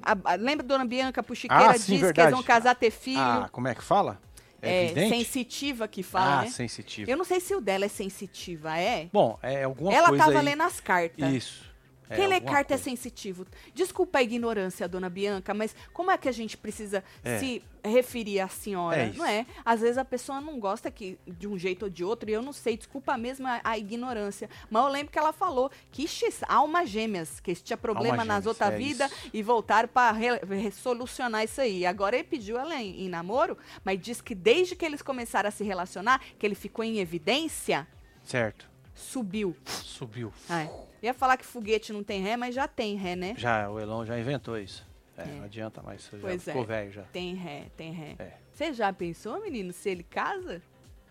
Speaker 1: a- a- lembra a dona Bianca Puxiqueira?
Speaker 2: Ah,
Speaker 1: diz
Speaker 2: sim,
Speaker 1: que eles
Speaker 2: verdade.
Speaker 1: vão casar, ter filho.
Speaker 2: Ah, como é que fala? É,
Speaker 1: é,
Speaker 2: evidente?
Speaker 1: sensitiva que fala,
Speaker 2: ah,
Speaker 1: né?
Speaker 2: sensitivo.
Speaker 1: Eu não sei se o dela é sensitiva, é?
Speaker 2: Bom, é alguma
Speaker 1: Ela
Speaker 2: coisa
Speaker 1: tava
Speaker 2: aí.
Speaker 1: lendo as cartas.
Speaker 2: Isso. É,
Speaker 1: Quem lê
Speaker 2: alguma
Speaker 1: carta é
Speaker 2: coisa.
Speaker 1: sensitivo. Desculpa a ignorância, dona Bianca, mas como é que a gente precisa
Speaker 2: É.
Speaker 1: se referir à senhora?
Speaker 2: É isso.
Speaker 1: não é? Às vezes a pessoa não gosta que de um jeito ou de outro, e eu não sei, desculpa mesmo a, a ignorância. Mas eu lembro que ela falou que xis, almas gêmeas, que tinha problema
Speaker 2: Almas
Speaker 1: nas
Speaker 2: gêmeas,
Speaker 1: outras
Speaker 2: é
Speaker 1: vidas
Speaker 2: isso.
Speaker 1: e voltaram para solucionar isso aí. Agora ele pediu ela em, em namoro, mas diz que desde que eles começaram a se relacionar, que ele ficou em evidência,
Speaker 2: Certo.
Speaker 1: subiu.
Speaker 2: Subiu.
Speaker 1: Ah, é. Ia falar que foguete não tem ré, mas já tem ré, né?
Speaker 2: Já, o Elon já inventou isso. É, não adianta mais. Você já
Speaker 1: Pois
Speaker 2: ficou
Speaker 1: é.
Speaker 2: velho já.
Speaker 1: Tem ré, tem ré.
Speaker 2: É.
Speaker 1: Você já pensou, menino, se ele casa?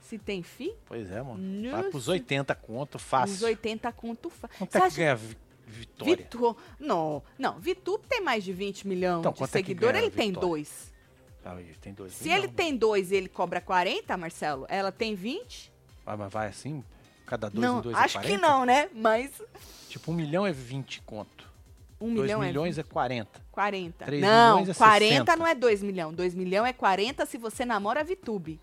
Speaker 1: Se tem filho?
Speaker 2: Pois é, mano. Vai pros
Speaker 1: Nossa.
Speaker 2: 80 conto,
Speaker 1: Uns
Speaker 2: fácil.
Speaker 1: 80 conto faz.
Speaker 2: Quanto é que ganha vi- Vitória?
Speaker 1: Vitu... Não, não, Vitu tem mais de 20 milhões
Speaker 2: Então,
Speaker 1: de
Speaker 2: quanto é que
Speaker 1: seguidor,
Speaker 2: ganha a
Speaker 1: ele tem
Speaker 2: Vitória?
Speaker 1: dois.
Speaker 2: Ah, ele tem dois
Speaker 1: Se
Speaker 2: milhão,
Speaker 1: ele tem dois e ele cobra 40, Marcelo, ela tem 20?
Speaker 2: mano. Ah, mas vai assim? Cada dois
Speaker 1: Não,
Speaker 2: em dois
Speaker 1: acho
Speaker 2: é 40?
Speaker 1: que não, né? Mas
Speaker 2: Tipo, um milhão é 20 conto.
Speaker 1: um
Speaker 2: dois
Speaker 1: milhão é
Speaker 2: milhões é 40.
Speaker 1: 40.
Speaker 2: Três
Speaker 1: não,
Speaker 2: milhões é 60.
Speaker 1: 40 não é 2 milhão. 2 milhão é 40 se você namora a VTube.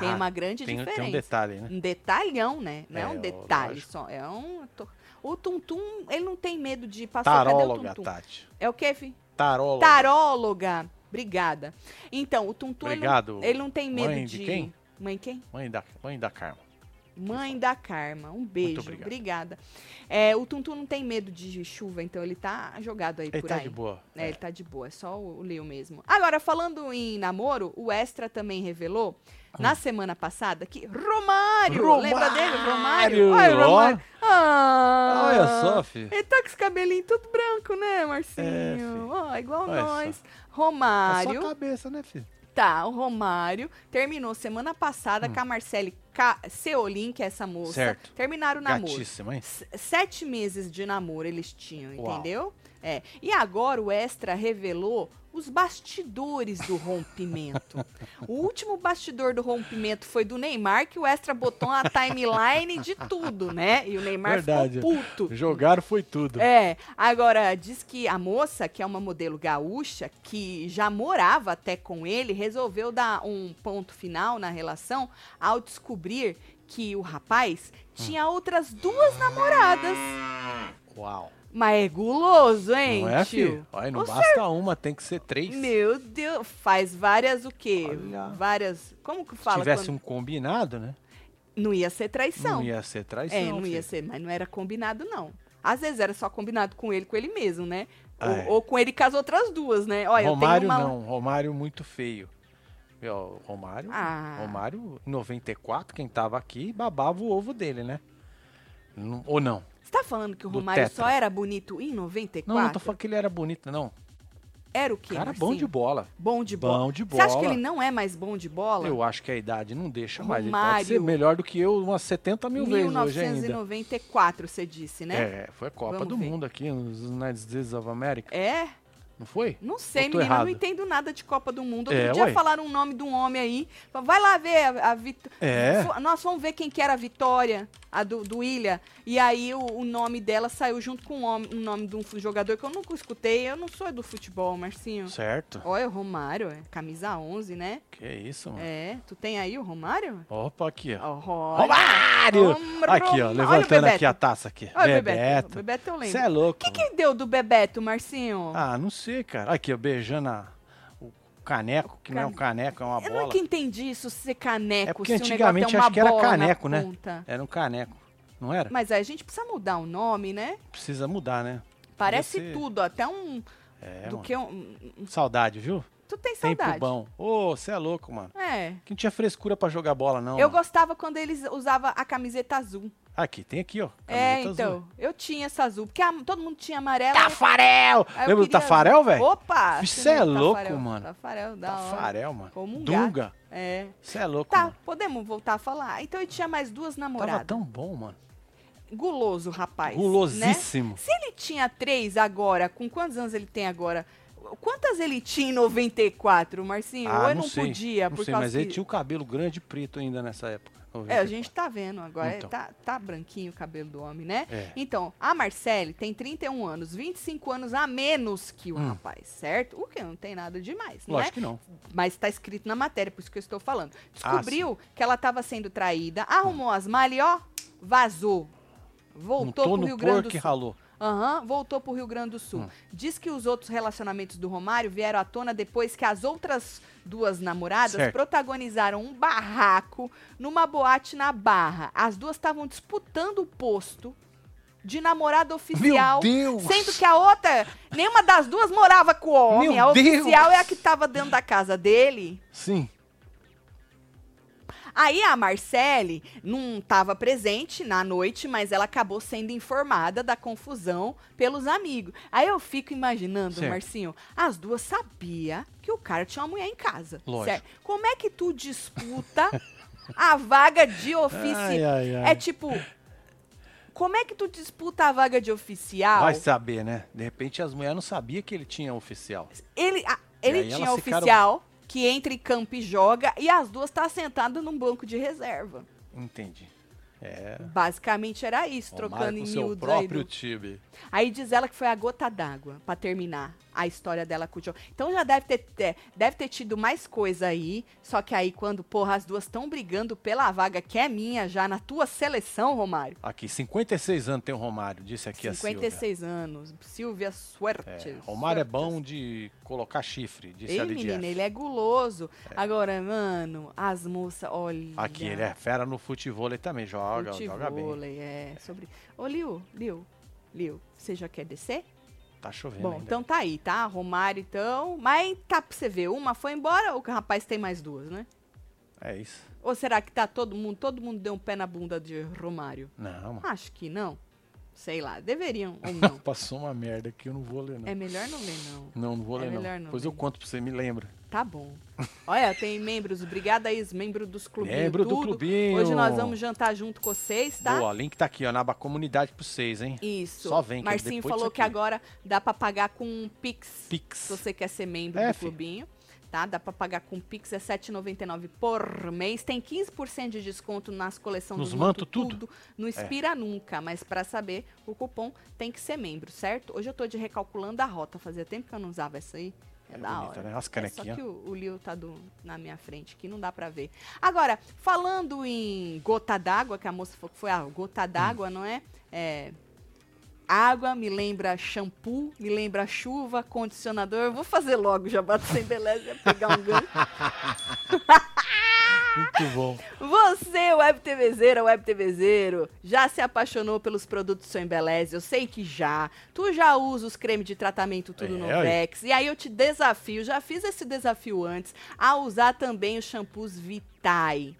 Speaker 1: tem
Speaker 2: Ah,
Speaker 1: uma grande
Speaker 2: tem,
Speaker 1: diferença.
Speaker 2: tem um detalhe, né?
Speaker 1: Um detalhão, né? Não é,
Speaker 2: É,
Speaker 1: um
Speaker 2: ó,
Speaker 1: detalhe
Speaker 2: lógico.
Speaker 1: só. É um. to- O Tuntum, ele não tem medo de passar. Cadê o
Speaker 2: Taróloga,
Speaker 1: Tuntum?
Speaker 2: Tati.
Speaker 1: É o quê, fi?
Speaker 2: Taróloga.
Speaker 1: Taróloga. Obrigada. Então, o Tuntum, ele não-
Speaker 2: Obrigado,
Speaker 1: ele, não tem medo
Speaker 2: mãe
Speaker 1: de.
Speaker 2: de quem?
Speaker 1: Mãe quem?
Speaker 2: Mãe da, mãe da Carma.
Speaker 1: Mãe da Karma. Um beijo.
Speaker 2: obrigado.
Speaker 1: Obrigada. É, o Tuntum não tem medo de chuva, então ele tá jogado aí
Speaker 2: Ele
Speaker 1: por
Speaker 2: tá
Speaker 1: aí.
Speaker 2: de boa.
Speaker 1: É, ele tá de boa, é só o Leo mesmo. Agora, falando em namoro, o Extra também revelou,
Speaker 2: Hum.
Speaker 1: na semana passada, que Romário, lembra dele? Romário. Olha o
Speaker 2: ó.
Speaker 1: Romário. Ah,
Speaker 2: Olha só, É filho.
Speaker 1: Ele tá com esse cabelinho todo branco, né,
Speaker 2: É,
Speaker 1: Marcinho?
Speaker 2: filho.
Speaker 1: Ó, igual
Speaker 2: Olha
Speaker 1: nós.
Speaker 2: É
Speaker 1: Romário.
Speaker 2: só cabeça, né, filho?
Speaker 1: Tá, o Romário terminou semana passada com a Marcele Ca- Seolin, que é essa moça.
Speaker 2: Hum. Certo.
Speaker 1: Terminaram o namoro.
Speaker 2: Gatíssima, hein?
Speaker 1: S- Sete meses de namoro eles tinham,
Speaker 2: Uau.
Speaker 1: entendeu? É. E agora o Extra revelou os bastidores do rompimento. o último bastidor do rompimento foi do Neymar, que o Extra botou uma timeline de tudo, né? E o Neymar
Speaker 2: Verdade.
Speaker 1: ficou puto.
Speaker 2: Jogaram foi tudo.
Speaker 1: É, agora diz que a moça, que é uma modelo gaúcha, que já morava até com ele, resolveu dar um ponto final na relação ao descobrir que o rapaz tinha
Speaker 2: Hum.
Speaker 1: outras duas namoradas.
Speaker 2: Uau.
Speaker 1: Mas é guloso, hein,
Speaker 2: Não é,
Speaker 1: tio?
Speaker 2: filho? Olha, não
Speaker 1: Você-
Speaker 2: basta uma, tem que ser três.
Speaker 1: Meu Deus, faz várias o quê?
Speaker 2: Olha.
Speaker 1: Várias. Como que
Speaker 2: Se
Speaker 1: fala?
Speaker 2: tivesse
Speaker 1: quando-
Speaker 2: um combinado, né?
Speaker 1: Não ia ser traição.
Speaker 2: Não ia ser traição.
Speaker 1: É, não ia
Speaker 2: filho.
Speaker 1: ser, mas não era combinado, não. Às vezes era só combinado com ele, com ele mesmo, né? Ou,
Speaker 2: Ah, é.
Speaker 1: ou com ele com as outras duas, né? Olha,
Speaker 2: Romário
Speaker 1: eu tenho uma...
Speaker 2: não, Romário muito feio. Meu, Romário,
Speaker 1: Ah.
Speaker 2: Romário, em 94, quem tava aqui babava o ovo dele, né? Não- ou não?
Speaker 1: Você tá falando que o
Speaker 2: Do
Speaker 1: Romário
Speaker 2: Tetra.
Speaker 1: só era bonito em 94?
Speaker 2: Não, eu tô falando que ele era bonito, não.
Speaker 1: Era o quê,
Speaker 2: Cara
Speaker 1: Marcinho?
Speaker 2: bom de bola.
Speaker 1: Bom de bola.
Speaker 2: Bom de
Speaker 1: Você acha que
Speaker 2: bola.
Speaker 1: ele não é mais bom de bola?
Speaker 2: Eu acho que a idade não deixa mais. Ele pode
Speaker 1: Romário.
Speaker 2: ser melhor do que eu umas 70 mil vezes hoje ainda.
Speaker 1: 1994, você disse, né?
Speaker 2: É, foi a Copa
Speaker 1: Vamos
Speaker 2: do
Speaker 1: ver.
Speaker 2: Mundo aqui, nos United States of America,
Speaker 1: É?
Speaker 2: não foi?
Speaker 1: Não sei,
Speaker 2: Eu tô
Speaker 1: menina, eu não
Speaker 2: errado.
Speaker 1: entendo nada de Copa do Mundo. Outro
Speaker 2: É,
Speaker 1: dia
Speaker 2: ué.
Speaker 1: falaram o nome de um homem aí. Falaram, Vai lá ver a, a Vitória.
Speaker 2: É.
Speaker 1: Nós vamos ver quem que era a Vitória, a do, do Ilha. E aí o, o nome dela saiu junto com o homem- o nome de um fu- jogador que eu nunca escutei. Eu não sou do futebol, Marcinho.
Speaker 2: Certo.
Speaker 1: Olha, o Romário, é camisa 11, né?
Speaker 2: Que isso, mano.
Speaker 1: É, tu tem aí o Romário?
Speaker 2: Opa, aqui, ó.
Speaker 1: Ó, olha.
Speaker 2: Romário!
Speaker 1: Rom-
Speaker 2: Aqui,
Speaker 1: Olha
Speaker 2: ó,
Speaker 1: o
Speaker 2: levantando aqui
Speaker 1: Bebeto.
Speaker 2: a taça aqui.
Speaker 1: Olha o Bebeto. O
Speaker 2: Bebeto.
Speaker 1: Bebeto eu lembro.
Speaker 2: Você é louco.
Speaker 1: O que, que deu do Bebeto, Marcinho?
Speaker 2: Ah, não sei, cara. Aqui, ó, beijando a- o caneco, que não é um caneco, é uma
Speaker 1: Eu
Speaker 2: bola.
Speaker 1: nunca entendi isso, ser caneco.
Speaker 2: É porque
Speaker 1: se o negócio
Speaker 2: antigamente
Speaker 1: tem uma
Speaker 2: acho que era
Speaker 1: bola na
Speaker 2: caneco, né?
Speaker 1: ponta.
Speaker 2: Era um caneco, não era?
Speaker 1: Mas aí a gente precisa mudar o nome, né?
Speaker 2: Precisa mudar, né?
Speaker 1: Parece
Speaker 2: Você-
Speaker 1: tudo, até um...
Speaker 2: É,
Speaker 1: do
Speaker 2: mano.
Speaker 1: que um...
Speaker 2: Saudade, viu?
Speaker 1: Tu tem
Speaker 2: Tempo
Speaker 1: saudade.
Speaker 2: bom. Ô, você é louco, mano.
Speaker 1: É.
Speaker 2: Que não tinha frescura pra jogar bola, não.
Speaker 1: Eu
Speaker 2: mano.
Speaker 1: gostava quando eles usavam a camiseta azul.
Speaker 2: Aqui, tem aqui, ó.
Speaker 1: é,
Speaker 2: camiseta
Speaker 1: então.
Speaker 2: azul.
Speaker 1: Eu tinha essa azul, porque a- todo mundo tinha amarela. eu-
Speaker 2: Tafarel!
Speaker 1: aí eu
Speaker 2: Lembra do
Speaker 1: queria-
Speaker 2: Tafarel, velho?
Speaker 1: Opa!
Speaker 2: Isso é
Speaker 1: Tafarel,
Speaker 2: louco, mano.
Speaker 1: Tafarel, da hora.
Speaker 2: Tafarel, mano.
Speaker 1: Como um
Speaker 2: Dunga.
Speaker 1: É.
Speaker 2: Você é louco,
Speaker 1: Tá,
Speaker 2: mano.
Speaker 1: podemos voltar a falar. Então eu tinha mais duas namoradas.
Speaker 2: Tava tão bom, mano.
Speaker 1: Guloso, rapaz. né?
Speaker 2: Gulosíssimo.
Speaker 1: Se ele tinha três agora, com quantos anos ele tem agora? Quantas ele tinha em 94, Marcinho? Ou
Speaker 2: Ah,
Speaker 1: eu
Speaker 2: não
Speaker 1: não,
Speaker 2: sei.
Speaker 1: podia,
Speaker 2: Não
Speaker 1: por
Speaker 2: sei,
Speaker 1: causa
Speaker 2: mas
Speaker 1: que...
Speaker 2: ele tinha o cabelo grande e preto ainda nessa época.
Speaker 1: É, a gente tá vendo agora.
Speaker 2: Então.
Speaker 1: Tá, tá branquinho o cabelo do homem, né?
Speaker 2: É.
Speaker 1: Então, a Marcele tem 31 anos, 25 anos a menos que o
Speaker 2: Hum.
Speaker 1: rapaz, certo? O que não tem nada demais, não é?
Speaker 2: Lógico Ah, que não. Um
Speaker 1: Mas tá escrito na matéria, por isso que eu estou falando. Descobriu que ela tava sendo traída,
Speaker 2: Hum.
Speaker 1: arrumou as malhas e, ó, vazou. Voltou
Speaker 2: Montou
Speaker 1: pro
Speaker 2: no
Speaker 1: Rio Grande
Speaker 2: porco
Speaker 1: do Sul.
Speaker 2: e ralou.
Speaker 1: Aham, voltou pro Rio Grande do
Speaker 2: Hum.
Speaker 1: Sul. Diz que os outros relacionamentos do Romário vieram à tona depois que as outras duas namoradas
Speaker 2: Certo.
Speaker 1: protagonizaram um barraco numa boate na Barra. As duas estavam disputando o posto de namorada oficial.
Speaker 2: Deus!
Speaker 1: Sendo que a outra, nenhuma das duas morava com o homem.
Speaker 2: Meu
Speaker 1: a
Speaker 2: Deus!
Speaker 1: oficial é a que tava dentro da casa dele.
Speaker 2: Sim.
Speaker 1: Aí a Marcele não estava presente na noite, mas ela acabou sendo informada da confusão pelos amigos. Aí eu fico imaginando,
Speaker 2: Certo.
Speaker 1: Marcinho, as duas sabia que o cara tinha uma mulher em casa.
Speaker 2: Lógico.
Speaker 1: Como é que tu disputa a vaga de
Speaker 2: Ai,
Speaker 1: oficial?
Speaker 2: ai, ai.
Speaker 1: É tipo, como é que tu disputa a vaga de oficial?
Speaker 2: Vai saber, né? De repente as mulheres não sabiam que ele tinha oficial.
Speaker 1: Ele, a-
Speaker 2: E
Speaker 1: ele
Speaker 2: aí elas
Speaker 1: tinha
Speaker 2: ficaram-
Speaker 1: oficial que entra em campo e joga e as duas tá sentado num banco de reserva.
Speaker 2: Entendi. É.
Speaker 1: Basicamente era isso, trocando
Speaker 2: com
Speaker 1: em
Speaker 2: seu
Speaker 1: miúdos aí.
Speaker 2: próprio
Speaker 1: do-
Speaker 2: time.
Speaker 1: Aí diz ela que foi a gota d'água pra terminar a história dela com o John. Então já deve ter, é, deve ter tido mais coisa aí. Só que aí quando, porra, as duas estão brigando pela vaga que é minha já na tua seleção, Romário.
Speaker 2: Aqui, 56 anos tem o Romário, disse aqui é a Silvia.
Speaker 1: 56 anos. Silvia Suertes.
Speaker 2: É, Romário é
Speaker 1: Suertes.
Speaker 2: bom de colocar chifre, disse
Speaker 1: Ei,
Speaker 2: a Lidia.
Speaker 1: menina, ele é guloso. Agora, mano, as moças, olha.
Speaker 2: Aqui, ele é fera no futebol também, joga, joga bem.
Speaker 1: Futevôlei, é. Sobre... Ô, Liu, Liu, Liu, você já quer descer?
Speaker 2: Tá chovendo
Speaker 1: Bom,
Speaker 2: ainda.
Speaker 1: então tá aí, tá? Romário, então. Mas tá pra você ver, uma foi embora, o rapaz tem mais duas, né?
Speaker 2: É isso.
Speaker 1: Ou será que tá todo mundo, todo mundo deu um pé na bunda de Romário?
Speaker 2: Não, mano.
Speaker 1: Acho que não. Sei lá, deveriam ou não.
Speaker 2: Passou uma merda aqui, eu não vou ler, não.
Speaker 1: é melhor não ler, não.
Speaker 2: Não, não vou
Speaker 1: é
Speaker 2: ler, não.
Speaker 1: melhor não
Speaker 2: Depois
Speaker 1: ler.
Speaker 2: eu conto pra você, me lembra.
Speaker 1: Tá bom. Olha, tem membros, obrigada aí, os membros dos clubinhos.
Speaker 2: Membro do
Speaker 1: tudo.
Speaker 2: clubinho.
Speaker 1: Hoje nós vamos jantar junto com vocês, tá?
Speaker 2: Boa, link tá aqui, ó, na aba comunidade pra vocês, hein?
Speaker 1: Isso.
Speaker 2: Só vem, que é
Speaker 1: Marcinho
Speaker 2: depois
Speaker 1: falou
Speaker 2: disso
Speaker 1: que
Speaker 2: aqui.
Speaker 1: agora dá pra pagar com um Pix.
Speaker 2: Pix.
Speaker 1: Se você quer ser membro
Speaker 2: É,
Speaker 1: do
Speaker 2: fi.
Speaker 1: clubinho, tá? Dá pra pagar com Pix, é R$ 7,99 por mês. Tem 15% de desconto nas coleções
Speaker 2: Nos
Speaker 1: dos
Speaker 2: manto
Speaker 1: Manto
Speaker 2: tudo. É.
Speaker 1: Não expira nunca, mas pra saber, o cupom tem que ser membro, certo? Hoje eu tô de recalculando a rota, fazia tempo que eu não usava essa aí. É, da
Speaker 2: bonita,
Speaker 1: hora.
Speaker 2: né? As
Speaker 1: É só
Speaker 2: canequinhas.
Speaker 1: que o, o Liu tá do- na minha frente aqui, não dá pra ver. Agora, falando em gota d'água, que a moça falou que foi a gota d'água, não é? É, Água me lembra shampoo, me lembra chuva, condicionador. Eu vou fazer logo, já bato sem beleza, ia pegar um gancho.
Speaker 2: Muito bom.
Speaker 1: Você, WebTVzeira, WebTVzeiro, já se apaixonou pelos produtos Sou Embeleze? Eu sei que já. Tu já usa os cremes de tratamento tudo
Speaker 2: É,
Speaker 1: no
Speaker 2: aí.
Speaker 1: Vex. E aí eu te desafio, já fiz esse desafio antes, a usar também os shampoos Vitae.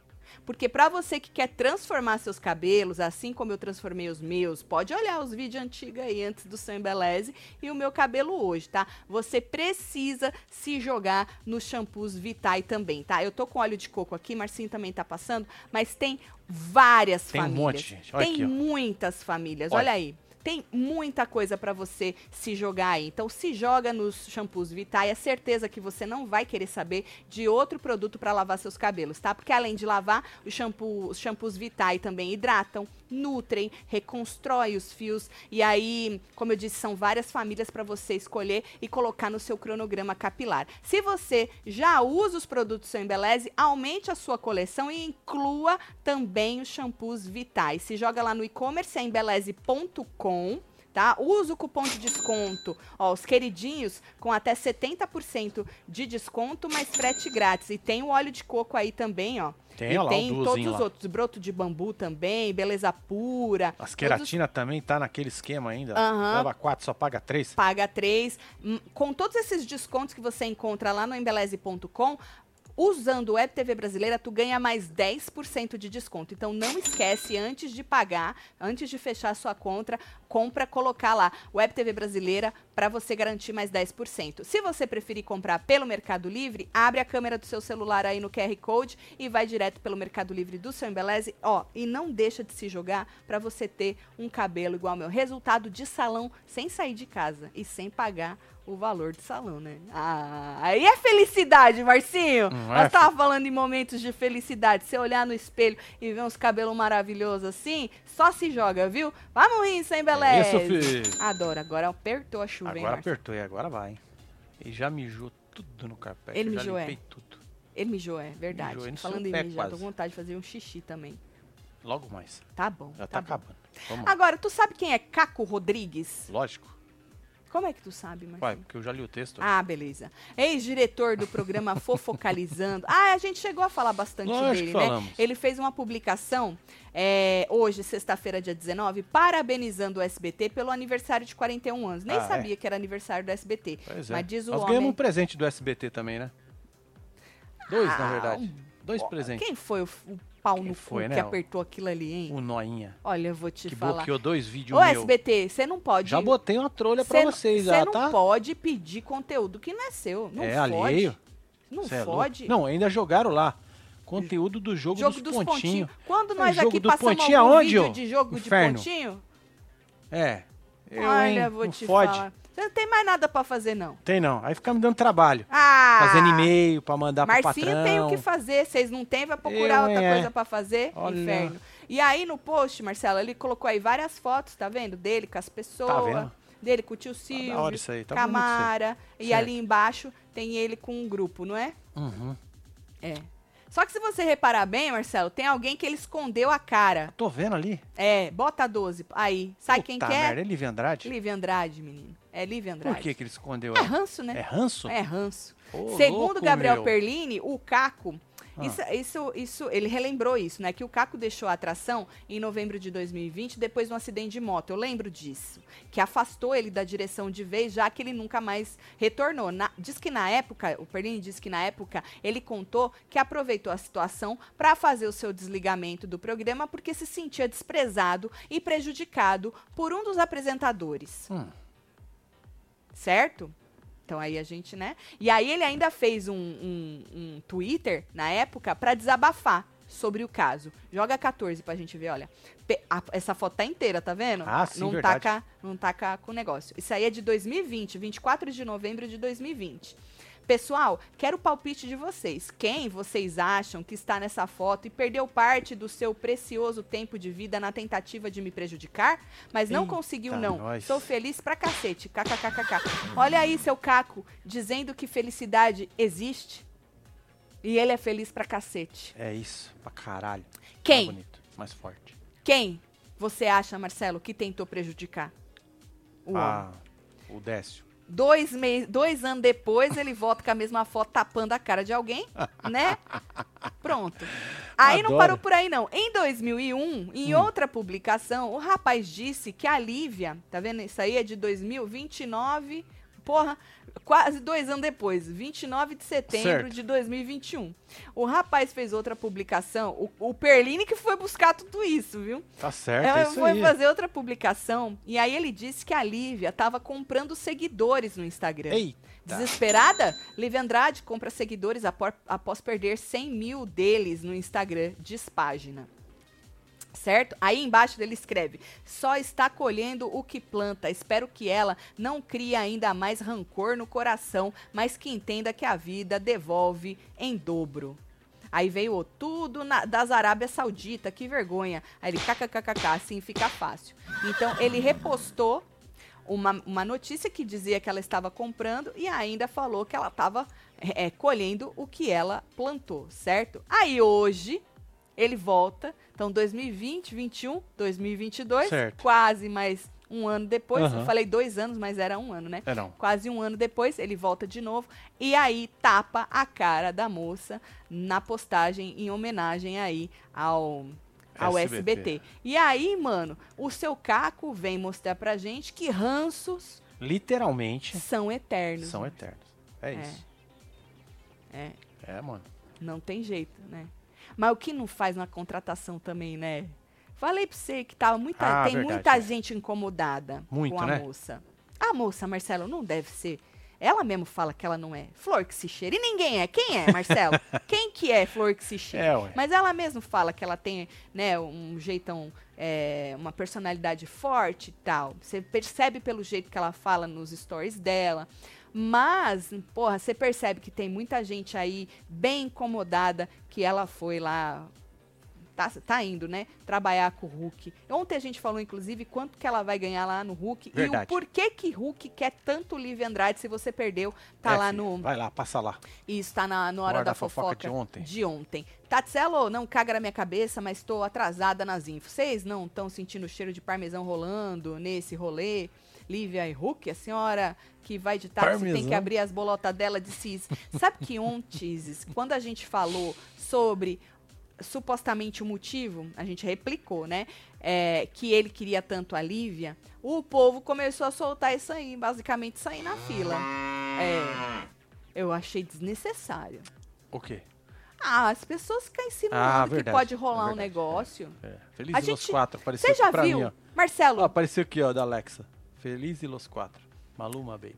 Speaker 1: Porque pra você que quer transformar seus cabelos, assim como eu transformei os meus, pode olhar os vídeos antigos aí antes do Sam Beleze e o meu cabelo hoje, tá? Você precisa se jogar nos shampoos Vitae também, tá? Eu tô com óleo de coco aqui, Marcinho também tá passando, mas tem várias
Speaker 2: Tem um
Speaker 1: famílias.
Speaker 2: monte, gente. Olha
Speaker 1: tem
Speaker 2: aqui, ó.
Speaker 1: muitas famílias.
Speaker 2: Olha.
Speaker 1: Olha aí. Tem muita coisa pra você se jogar aí. Então se joga nos shampoos Vitae, é certeza que você não vai querer saber de outro produto pra lavar seus cabelos, tá? Porque além de lavar, o shampoo- os shampoos Vitae também hidratam, nutrem, reconstrói os fios e aí, como eu disse, são várias famílias pra você escolher e colocar no seu cronograma capilar. Se você já usa os produtos Sem Embeleze, aumente a sua coleção e inclua também os shampoos vitais. Se joga lá no e-commerce é embeleze.com. Tá? Usa o cupom de desconto, ó, os queridinhos, com até 70% de desconto, mas frete grátis. E tem o óleo de coco aí também, ó.
Speaker 2: Tem,
Speaker 1: e
Speaker 2: ó lá,
Speaker 1: tem
Speaker 2: o duozinho
Speaker 1: todos os
Speaker 2: lá.
Speaker 1: outros. Broto de bambu também, beleza pura. todos
Speaker 2: As queratina também tá naquele esquema ainda.
Speaker 1: Aham. Tá
Speaker 2: Leva quatro, só paga três.
Speaker 1: paga 3. Com todos esses descontos que você encontra lá no embeleze.com, usando o Web TV Brasileira, tu ganha mais 10% de desconto. Então não esquece, antes de pagar, antes de fechar sua conta, compra, colocar lá Web TV Brasileira para você garantir mais 10%. Se você preferir comprar pelo Mercado Livre, abre a câmera do seu celular aí no QR Code e vai direto pelo Mercado Livre do seu Embeleze. Ó, e não deixa de se jogar para você ter um cabelo igual ao meu. Resultado de salão sem sair de casa e sem pagar o valor de salão, né? Ah, aí é felicidade, Marcinho!
Speaker 2: Não é,
Speaker 1: Nós tava falando em momentos de felicidade. Você olhar no espelho e ver uns cabelos maravilhosos assim, só se joga, viu? Vamos rir, sem
Speaker 2: É
Speaker 1: Embeleze!
Speaker 2: isso, fi.
Speaker 1: Adoro, agora apertou a chuva, hein,
Speaker 2: Agora
Speaker 1: Marcinho?
Speaker 2: apertou e agora vai, hein? E já mijou tudo no carpete.
Speaker 1: Ele
Speaker 2: eu
Speaker 1: mijou,
Speaker 2: já
Speaker 1: é.
Speaker 2: limpei tudo.
Speaker 1: Ele mijou, é verdade.
Speaker 2: Mijou aí no
Speaker 1: Falando
Speaker 2: seu
Speaker 1: em
Speaker 2: pé,
Speaker 1: mijar, tô
Speaker 2: quase.
Speaker 1: com vontade de fazer um xixi também.
Speaker 2: Logo mais.
Speaker 1: Tá bom.
Speaker 2: Já
Speaker 1: tá
Speaker 2: tá,
Speaker 1: bom.
Speaker 2: acabando. Vamos lá.
Speaker 1: Agora, tu sabe quem é Caco Rodrigues?
Speaker 2: Lógico.
Speaker 1: Como é que tu sabe, Marcinho?
Speaker 2: Vai, porque eu já li o texto.
Speaker 1: Ah, beleza. Ex-diretor do programa Fofocalizando. Ah, a gente chegou a falar bastante
Speaker 2: Lógico que
Speaker 1: dele, né?
Speaker 2: falamos.
Speaker 1: Ele fez uma publicação é, hoje, sexta-feira, dia 19, parabenizando o SBT pelo aniversário de 41 anos. Nem
Speaker 2: Ah, é?
Speaker 1: sabia que era aniversário do SBT.
Speaker 2: Pois é.
Speaker 1: Mas diz o
Speaker 2: Nós
Speaker 1: homem.
Speaker 2: ganhamos um presente do SBT também, né? Dois, na
Speaker 1: Ah,
Speaker 2: verdade. Dois
Speaker 1: Ó,
Speaker 2: presentes.
Speaker 1: Quem foi o, o pau
Speaker 2: Quem
Speaker 1: no
Speaker 2: foi,
Speaker 1: cu
Speaker 2: né?
Speaker 1: que apertou aquilo ali, hein?
Speaker 2: O Noinha.
Speaker 1: Olha, eu vou te
Speaker 2: Que
Speaker 1: falar.
Speaker 2: bloqueou dois vídeos
Speaker 1: Ô,
Speaker 2: meus.
Speaker 1: SBT, você não pode.
Speaker 2: Já botei uma trolha pra
Speaker 1: cê não-
Speaker 2: vocês,
Speaker 1: cê
Speaker 2: já,
Speaker 1: não
Speaker 2: tá?
Speaker 1: pode pedir conteúdo que não é seu. Não
Speaker 2: é
Speaker 1: fode.
Speaker 2: alheio.
Speaker 1: Não
Speaker 2: Cê é louco.
Speaker 1: fode.
Speaker 2: Não, ainda jogaram lá. Conteúdo do jogo,
Speaker 1: jogo
Speaker 2: dos,
Speaker 1: dos pontinhos.
Speaker 2: pontinhos.
Speaker 1: Quando
Speaker 2: É,
Speaker 1: nós
Speaker 2: jogo
Speaker 1: aqui
Speaker 2: do
Speaker 1: passamos
Speaker 2: pontinho
Speaker 1: algum
Speaker 2: aonde,
Speaker 1: vídeo
Speaker 2: ô?
Speaker 1: de jogo
Speaker 2: Inferno.
Speaker 1: de pontinho,
Speaker 2: É. Eu,
Speaker 1: olha,
Speaker 2: hein,
Speaker 1: vou
Speaker 2: não
Speaker 1: te
Speaker 2: fode.
Speaker 1: falar. Você não tem mais nada pra fazer, não.
Speaker 2: Tem não. Aí fica me dando trabalho.
Speaker 1: Ah!
Speaker 2: Fazendo e-mail pra mandar
Speaker 1: Marcinho
Speaker 2: Tá pro patrão.
Speaker 1: tem o que fazer, vocês não têm, vai procurar
Speaker 2: Eu,
Speaker 1: outra
Speaker 2: hein, é.
Speaker 1: coisa pra fazer,
Speaker 2: Olha.
Speaker 1: inferno. E aí no post, Marcelo, ele colocou aí várias fotos, tá vendo? Dele com as pessoas.
Speaker 2: Tá vendo?
Speaker 1: Dele com o tio Silvio,
Speaker 2: hora isso aí, tá bonito isso aí.
Speaker 1: Camara. E
Speaker 2: Certo.
Speaker 1: ali embaixo tem ele com um grupo, não é?
Speaker 2: Uhum.
Speaker 1: É. Só que se você reparar bem, Marcelo, tem alguém que ele escondeu a cara.
Speaker 2: Tô vendo ali.
Speaker 1: É, bota a 12. Aí, sabe quem
Speaker 2: Puta
Speaker 1: que é?
Speaker 2: merda, é Livi Andrade?
Speaker 1: Liv Andrade, menino. É Liv Andrade.
Speaker 2: Por que, que ele escondeu
Speaker 1: É
Speaker 2: ela?
Speaker 1: ranço, né?
Speaker 2: É ranço?
Speaker 1: É ranço.
Speaker 2: Ô,
Speaker 1: Segundo
Speaker 2: louco,
Speaker 1: Gabriel
Speaker 2: meu.
Speaker 1: Perlini, o Caco.
Speaker 2: Ah.
Speaker 1: Isso, isso, isso, ele relembrou isso, né? Que o Caco deixou a atração em novembro de 2020, depois de um acidente de moto. Eu lembro disso. Que afastou ele da direção de vez, já que ele nunca mais retornou. Na- diz que na época, o Perlini disse que na época ele contou que aproveitou a situação para fazer o seu desligamento do programa porque se sentia desprezado e prejudicado por um dos apresentadores
Speaker 2: Hum.
Speaker 1: certo? Então aí a gente, né? E aí ele ainda fez um, um, um Twitter na época pra desabafar sobre o caso. Joga 14 pra gente ver, olha. Pe- a- essa foto tá inteira, tá vendo?
Speaker 2: Ah, sim,
Speaker 1: não
Speaker 2: verdade.
Speaker 1: Tá ca- não tá ca- com o negócio. Isso aí é de 2020, 24 de novembro de 2020. Pessoal, quero o palpite de vocês. Quem vocês acham que está nessa foto e perdeu parte do seu precioso tempo de vida na tentativa de me prejudicar, mas não
Speaker 2: Eita,
Speaker 1: conseguiu não.
Speaker 2: nós.
Speaker 1: Sou feliz pra cacete. KKKKK. Olha aí, seu Caco, dizendo que felicidade existe. E ele é feliz pra cacete.
Speaker 2: É isso, pra caralho.
Speaker 1: Quem?
Speaker 2: Mais bonito, mais forte.
Speaker 1: Quem você acha, Marcelo, que tentou prejudicar? O Um homem.
Speaker 2: Ah, o Décio.
Speaker 1: Dois, mei- dois anos depois, ele volta com a mesma foto tapando a cara de alguém, né? Pronto. Aí não
Speaker 2: Adoro. Hum.
Speaker 1: parou por aí, não. Em 2001, em outra publicação, o rapaz disse que a Lívia, tá vendo? Isso aí é de 2029, porra, quase dois anos depois, 29 de setembro
Speaker 2: Certo.
Speaker 1: de 2021. O rapaz fez outra publicação, o, o Perline que foi buscar tudo isso, viu?
Speaker 2: Tá certo, é
Speaker 1: Ela
Speaker 2: isso
Speaker 1: foi
Speaker 2: aí.
Speaker 1: fazer outra publicação e aí ele disse que a Lívia tava comprando seguidores no Instagram.
Speaker 2: Eita.
Speaker 1: Desesperada, Lívia Andrade compra seguidores apor- após perder 100 mil deles no Instagram, diz página. Certo? Aí embaixo dele escreve: só está colhendo o que planta. Espero que ela não crie ainda mais rancor no coração, mas que entenda que a vida devolve em dobro. Aí veio o tudo na, das Arábia Saudita, que vergonha. Aí ele kkkk, assim fica fácil. Então ele repostou uma, uma notícia que dizia que ela estava comprando e ainda falou que ela estava é, colhendo o que ela plantou, certo? Aí hoje ele volta, então 2020, 21, 2022,
Speaker 2: Certo.
Speaker 1: quase mais um ano depois. Eu
Speaker 2: Aham.
Speaker 1: falei dois anos, mas era um ano, né?
Speaker 2: É não.
Speaker 1: Quase um ano depois, ele volta de novo e aí tapa a cara da moça na postagem em homenagem aí ao ao SBT.
Speaker 2: SBT.
Speaker 1: E aí, mano, o seu Caco vem mostrar pra gente que ranços
Speaker 2: Literalmente,
Speaker 1: são eternos.
Speaker 2: são eternos. É,
Speaker 1: É.
Speaker 2: isso.
Speaker 1: É.
Speaker 2: É, mano.
Speaker 1: Não tem jeito, né? Mas o que não faz na contratação também, né? Falei pra você que tava muita,
Speaker 2: Ah,
Speaker 1: tem
Speaker 2: verdade,
Speaker 1: muita
Speaker 2: é.
Speaker 1: gente incomodada
Speaker 2: Muito,
Speaker 1: com a
Speaker 2: né?
Speaker 1: moça. A moça, Marcelo, não deve ser. Ela mesmo fala que ela não é. Flor que se cheira. E ninguém é. Quem é, Marcelo? Quem que é flor que se cheira?
Speaker 2: É, ué.
Speaker 1: Mas ela mesma fala que ela tem, né, um jeitão, é, uma personalidade forte e tal. Você percebe pelo jeito que ela fala nos stories dela. Mas, porra, você percebe que tem muita gente aí bem incomodada que ela foi lá. Tá, tá indo, né? Trabalhar com o Hulk. Ontem a gente falou, inclusive, quanto que ela vai ganhar lá no Hulk. E o
Speaker 2: Verdade.
Speaker 1: porquê que Hulk quer tanto o Liv Andrade se você perdeu. Tá
Speaker 2: É,
Speaker 1: lá
Speaker 2: filho,
Speaker 1: no.
Speaker 2: Vai lá, passa lá.
Speaker 1: Isso, tá na, na hora da, fofoca,
Speaker 2: de ontem.
Speaker 1: de ontem. Tatselo, não caga na minha cabeça, mas estou atrasada nas infos. Vocês não estão sentindo o cheiro de parmesão rolando nesse rolê? Lívia e Hulk, a senhora que vai de táxi tem que
Speaker 2: Parmesão.
Speaker 1: abrir as bolotas dela de cis. Sabe que ontem, Isis, quando a gente falou sobre supostamente o motivo, a gente replicou, né? é, que ele queria tanto a Lívia, o povo começou a soltar isso aí, basicamente isso aí na fila. É, eu achei desnecessário.
Speaker 2: O quê?
Speaker 1: Ah, as pessoas ficam
Speaker 2: Ah,
Speaker 1: insinuando que
Speaker 2: verdade,
Speaker 1: pode rolar
Speaker 2: é
Speaker 1: um
Speaker 2: verdade,
Speaker 1: negócio.
Speaker 2: É. Feliz
Speaker 1: A
Speaker 2: e Los
Speaker 1: gente-
Speaker 2: Quatro. Apareceu
Speaker 1: Você já
Speaker 2: aqui pra
Speaker 1: viu?
Speaker 2: mim, ó.
Speaker 1: Marcelo,
Speaker 2: Ó, apareceu aqui, ó, da Alexa. Feliz e Los Quatro. Maluma, baby.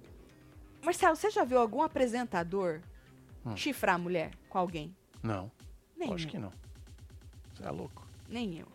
Speaker 1: Marcelo, você já viu algum apresentador
Speaker 2: Hum.
Speaker 1: chifrar a mulher com alguém?
Speaker 2: Não,
Speaker 1: Nem
Speaker 2: acho
Speaker 1: eu.
Speaker 2: que não. Você é louco.
Speaker 1: Nem eu.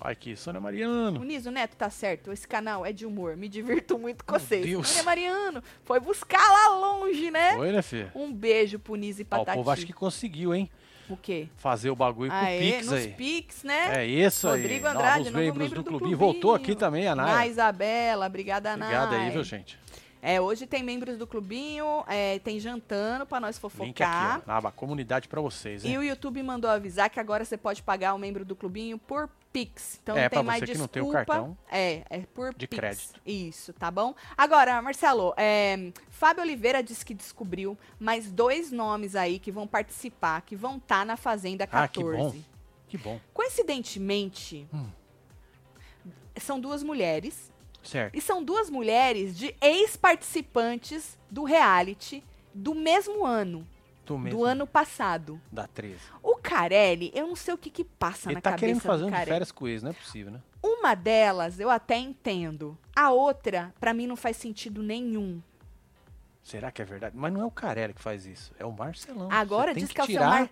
Speaker 2: Olha aqui, Sônia Mariano.
Speaker 1: O Niso Neto tá certo, esse canal é de humor, me divirto muito com
Speaker 2: Meu
Speaker 1: vocês.
Speaker 2: Deus.
Speaker 1: Maria Mariano, foi buscar lá longe, né?
Speaker 2: Oi, né, filha?
Speaker 1: Um beijo pro Niso e
Speaker 2: Ó, o
Speaker 1: Patati.
Speaker 2: povo acho que conseguiu, hein?
Speaker 1: O quê?
Speaker 2: Fazer o bagulho com o
Speaker 1: Aê,
Speaker 2: Pix
Speaker 1: nos
Speaker 2: aí.
Speaker 1: Pix, né?
Speaker 2: É isso aí.
Speaker 1: Rodrigo Andrade,
Speaker 2: Novos
Speaker 1: novo
Speaker 2: membros
Speaker 1: membro
Speaker 2: do,
Speaker 1: do clubinho.
Speaker 2: clubinho. Voltou aqui também, a
Speaker 1: Na
Speaker 2: Naya.
Speaker 1: Isabela, obrigada, Nai.
Speaker 2: Obrigado aí, viu, gente?
Speaker 1: É, hoje tem membros do clubinho, é, tem jantando pra nós
Speaker 2: Link aqui,
Speaker 1: fofocar.
Speaker 2: ó, na aba comunidade pra vocês,
Speaker 1: E
Speaker 2: hein?
Speaker 1: o YouTube mandou avisar que agora você pode pagar o membro do clubinho por Pix. Então
Speaker 2: É,
Speaker 1: não
Speaker 2: pra
Speaker 1: tem mais
Speaker 2: você que não
Speaker 1: desculpa.
Speaker 2: tem o cartão
Speaker 1: É, é por
Speaker 2: de
Speaker 1: Pix.
Speaker 2: crédito.
Speaker 1: Isso, tá bom? Agora, Marcelo, é, Fábio Oliveira disse que descobriu mais dois nomes aí que vão participar, que vão estar na Fazenda
Speaker 2: Ah, que
Speaker 1: 14.
Speaker 2: bom. Hum. Que bom.
Speaker 1: Coincidentemente, são duas mulheres
Speaker 2: Certo.
Speaker 1: e são duas mulheres de ex-participantes do reality do mesmo ano,
Speaker 2: Tu mesmo.
Speaker 1: do ano passado.
Speaker 2: Da 13.
Speaker 1: O Carelli, eu não sei o que que passa
Speaker 2: Ele
Speaker 1: na
Speaker 2: tá
Speaker 1: cabeça
Speaker 2: querendo fazer
Speaker 1: do
Speaker 2: um de
Speaker 1: Carelli.
Speaker 2: férias com eles, não é possível, né?
Speaker 1: Uma delas eu até entendo. A outra, pra mim, não faz sentido nenhum.
Speaker 2: Será que é verdade? Mas não é o Carelli que faz isso, é o Marcelão.
Speaker 1: Agora
Speaker 2: Você tem
Speaker 1: diz que é o seu
Speaker 2: tirar
Speaker 1: Mar-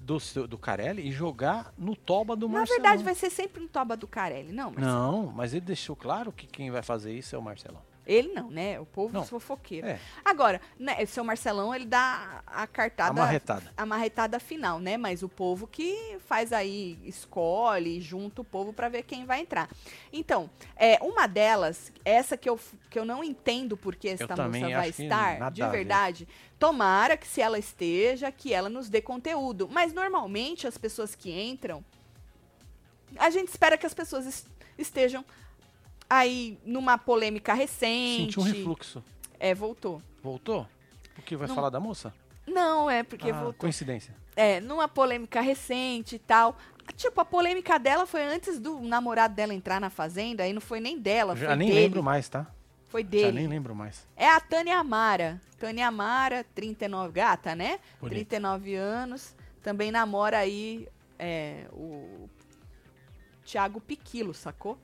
Speaker 2: do, seu, do Carelli e jogar no toba do
Speaker 1: Na
Speaker 2: Marcelão.
Speaker 1: verdade, vai ser sempre um toba do Carelli. Não, mas
Speaker 2: Não, mas ele deixou claro que quem vai fazer isso é o Marcelão.
Speaker 1: ele não, né? O povo
Speaker 2: Não.
Speaker 1: dos fofoqueiros.
Speaker 2: É,
Speaker 1: Agora, né, o seu Marcelão, ele dá a cartada...
Speaker 2: a marretada.
Speaker 1: a marretada final, né? Mas o povo que faz aí, escolhe, junta o povo pra ver quem vai entrar. Então, é, uma delas, essa que eu, f- que eu não entendo por que essa moça
Speaker 2: também
Speaker 1: vai
Speaker 2: acho que
Speaker 1: estar,
Speaker 2: nada
Speaker 1: de
Speaker 2: a ver.
Speaker 1: verdade, tomara que se ela esteja, que ela nos dê conteúdo. Mas normalmente as pessoas que entram, a gente espera que as pessoas es- estejam aí numa polêmica recente.
Speaker 2: Sentiu um refluxo.
Speaker 1: É, voltou.
Speaker 2: Voltou? O que vai
Speaker 1: Não.
Speaker 2: falar da moça?
Speaker 1: Não, é porque
Speaker 2: Ah,
Speaker 1: voltou.
Speaker 2: coincidência.
Speaker 1: é, numa polêmica recente e tal. Tipo, a polêmica dela foi antes do namorado dela entrar na fazenda, aí não foi nem dela,
Speaker 2: Já
Speaker 1: foi
Speaker 2: nem
Speaker 1: dele.
Speaker 2: lembro mais, tá?
Speaker 1: Foi
Speaker 2: Já
Speaker 1: dele.
Speaker 2: nem lembro mais.
Speaker 1: É a Tânia Amara. Tânia Amara, 39, gata, né?
Speaker 2: Bonita.
Speaker 1: 39 anos. Também namora aí é, o Thiago Piquilo, sacou?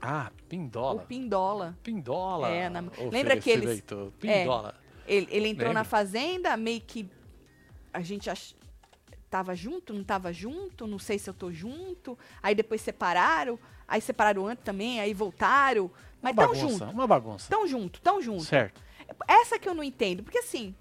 Speaker 2: Ah,
Speaker 1: O
Speaker 2: Pindola.
Speaker 1: Pindola.
Speaker 2: Pindola.
Speaker 1: É, na- lembra aqueles- é.
Speaker 2: oferecido, Pindola.
Speaker 1: Ele, ele entrou
Speaker 2: Lembra?
Speaker 1: na fazenda, meio que a gente ach... tava junto, não tava junto, não sei se eu tô junto. Aí depois separaram, aí separaram antes também, aí voltaram. Mas
Speaker 2: uma
Speaker 1: tão
Speaker 2: bagunça,
Speaker 1: junto,
Speaker 2: uma bagunça.
Speaker 1: tão junto, tão junto.
Speaker 2: Certo.
Speaker 1: Essa que eu não entendo, porque assim,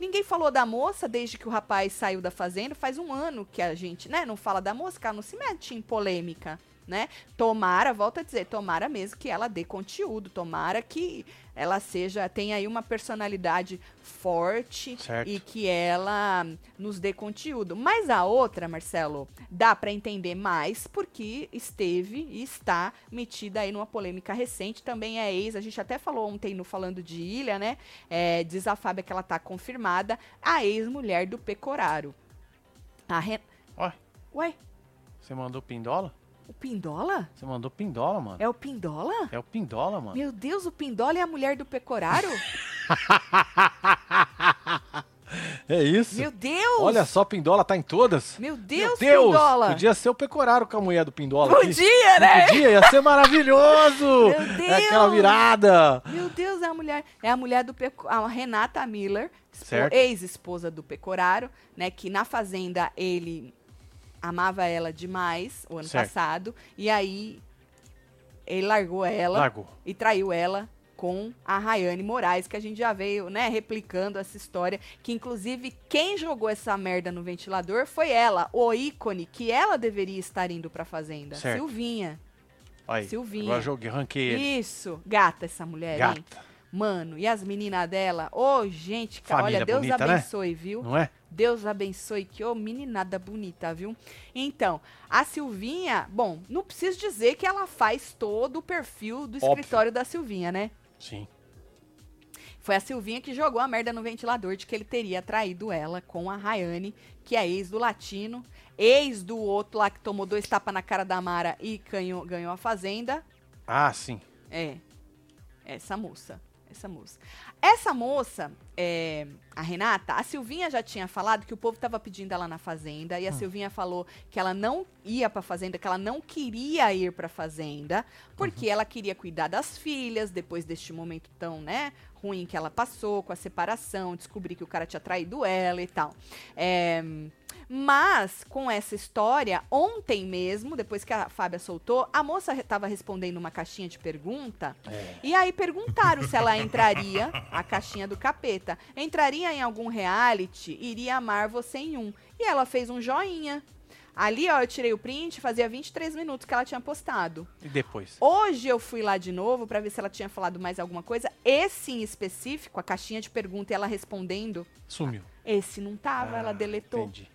Speaker 1: ninguém falou da moça desde que o rapaz saiu da fazenda. Faz um ano que a gente, né, não fala da moça, que ela não se mete em polêmica, né? Tomara, volta a dizer, tomara mesmo que ela dê conteúdo, tomara que ela seja, tenha aí uma personalidade forte
Speaker 2: Certo.
Speaker 1: e que ela nos dê conteúdo. Mas a outra, Marcelo, dá pra entender mais porque esteve e está metida aí numa polêmica recente, também é ex, a gente até falou ontem no Falando de Ilha, né? É, diz a Fábia que ela tá confirmada, a ex-mulher do Pecoraro. A Ren...
Speaker 2: Ó,
Speaker 1: Ué,
Speaker 2: você mandou Pindola?
Speaker 1: o Pindola?
Speaker 2: Você mandou Pindola, mano.
Speaker 1: É o Pindola?
Speaker 2: É o Pindola, mano.
Speaker 1: Meu Deus, o Pindola é a mulher do Pecoraro?
Speaker 2: é isso?
Speaker 1: Meu Deus!
Speaker 2: Olha só, Pindola tá em todas.
Speaker 1: Meu Deus,
Speaker 2: Meu Deus!
Speaker 1: Pindola!
Speaker 2: Podia ser o Pecoraro com a mulher do Pindola.
Speaker 1: Bom
Speaker 2: aqui.
Speaker 1: dia, né?
Speaker 2: Podia, ia ser maravilhoso!
Speaker 1: Meu
Speaker 2: É aquela
Speaker 1: Deus!
Speaker 2: virada.
Speaker 1: Meu Deus, é a mulher, é a mulher do Peco- a Renata Miller, espo-
Speaker 2: Certo.
Speaker 1: ex-esposa do Pecoraro, né, que na fazenda ele amava ela demais o ano
Speaker 2: Certo.
Speaker 1: passado e aí ele largou ela
Speaker 2: Largou.
Speaker 1: e traiu ela com a Rayane Moraes, que a gente já veio, né, replicando essa história, que inclusive quem jogou essa merda no ventilador foi ela, o ícone que ela deveria estar indo pra fazenda,
Speaker 2: Certo.
Speaker 1: Silvinha.
Speaker 2: Aí,
Speaker 1: Silvinha.
Speaker 2: Agora joguei, ranquei ele.
Speaker 1: Isso, gata essa mulher, hein?
Speaker 2: Gata,
Speaker 1: Mano, e as meninas dela? Ô, gente, ca-
Speaker 2: Família
Speaker 1: olha, Deus
Speaker 2: bonita, né?
Speaker 1: abençoe, viu?
Speaker 2: não é?
Speaker 1: Deus abençoe, que ô meninada bonita, viu? Então, a Silvinha, bom, não preciso dizer que ela faz todo o perfil do
Speaker 2: Óbvio.
Speaker 1: escritório da Silvinha, né?
Speaker 2: Sim.
Speaker 1: Foi a Silvinha que jogou a merda no ventilador de que ele teria traído ela com a Rayane, que é ex do Latino, ex do outro lá que tomou dois tapas na cara da Mara e ganhou, ganhou a Fazenda.
Speaker 2: Ah, sim.
Speaker 1: É. Essa moça. Essa moça. Essa moça, é, a Renata, a Silvinha já tinha falado que o povo tava pedindo ela na fazenda. E a Silvinha falou que ela não ia pra fazenda, que ela não queria ir pra fazenda, porque ela queria cuidar das filhas depois deste momento tão, né? ruim que ela passou com a separação, descobrir que o cara tinha traído ela e tal. É, mas, com essa história, ontem mesmo, depois que a Fábia soltou, a moça estava respondendo uma caixinha de pergunta. E aí perguntaram se ela entraria, a caixinha do capeta, entraria em algum reality, iria amar você em um. E ela fez um joinha. Ali, ó, eu tirei o print, fazia 23 minutos que ela tinha postado.
Speaker 2: E depois?
Speaker 1: Hoje eu fui lá de novo pra ver se ela tinha falado mais alguma coisa. Esse em específico, a caixinha de pergunta e ela respondendo,
Speaker 2: Sumiu.
Speaker 1: esse não tava, ela
Speaker 2: Ah,
Speaker 1: deletou.
Speaker 2: Entendi.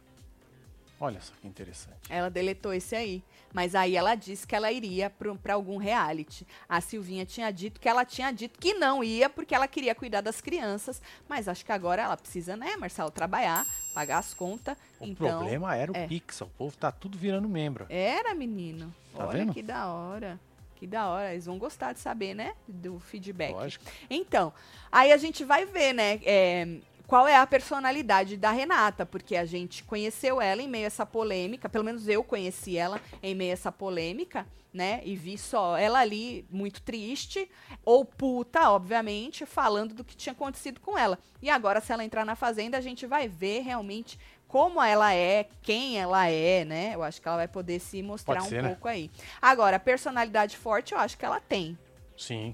Speaker 2: Olha só que interessante.
Speaker 1: Ela deletou esse aí. Mas aí ela disse que ela iria pro- pra algum reality. A Silvinha tinha dito que ela tinha dito que não ia porque ela queria cuidar das crianças. Mas acho que agora ela precisa, né, Marcelo, trabalhar, pagar as contas.
Speaker 2: O
Speaker 1: então.
Speaker 2: problema era o
Speaker 1: é.
Speaker 2: Pixel. O povo tá tudo virando membro.
Speaker 1: Era, menino.
Speaker 2: Tá
Speaker 1: Olha
Speaker 2: vendo?
Speaker 1: que da hora. Que da hora. Eles vão gostar de saber, né? Do feedback.
Speaker 2: Lógico.
Speaker 1: Então, aí a gente vai ver, né? é, qual é a personalidade da Renata, porque a gente conheceu ela em meio a essa polêmica, pelo menos eu conheci ela em meio a essa polêmica, né? E vi só ela ali muito triste, ou puta, obviamente, falando do que tinha acontecido com ela. E agora, se ela entrar na fazenda, a gente vai ver realmente como ela é, quem ela é, né? Eu acho que ela vai poder se mostrar
Speaker 2: Pode ser,
Speaker 1: um
Speaker 2: né?
Speaker 1: pouco aí. Agora, a personalidade forte, eu acho que ela tem.
Speaker 2: Sim.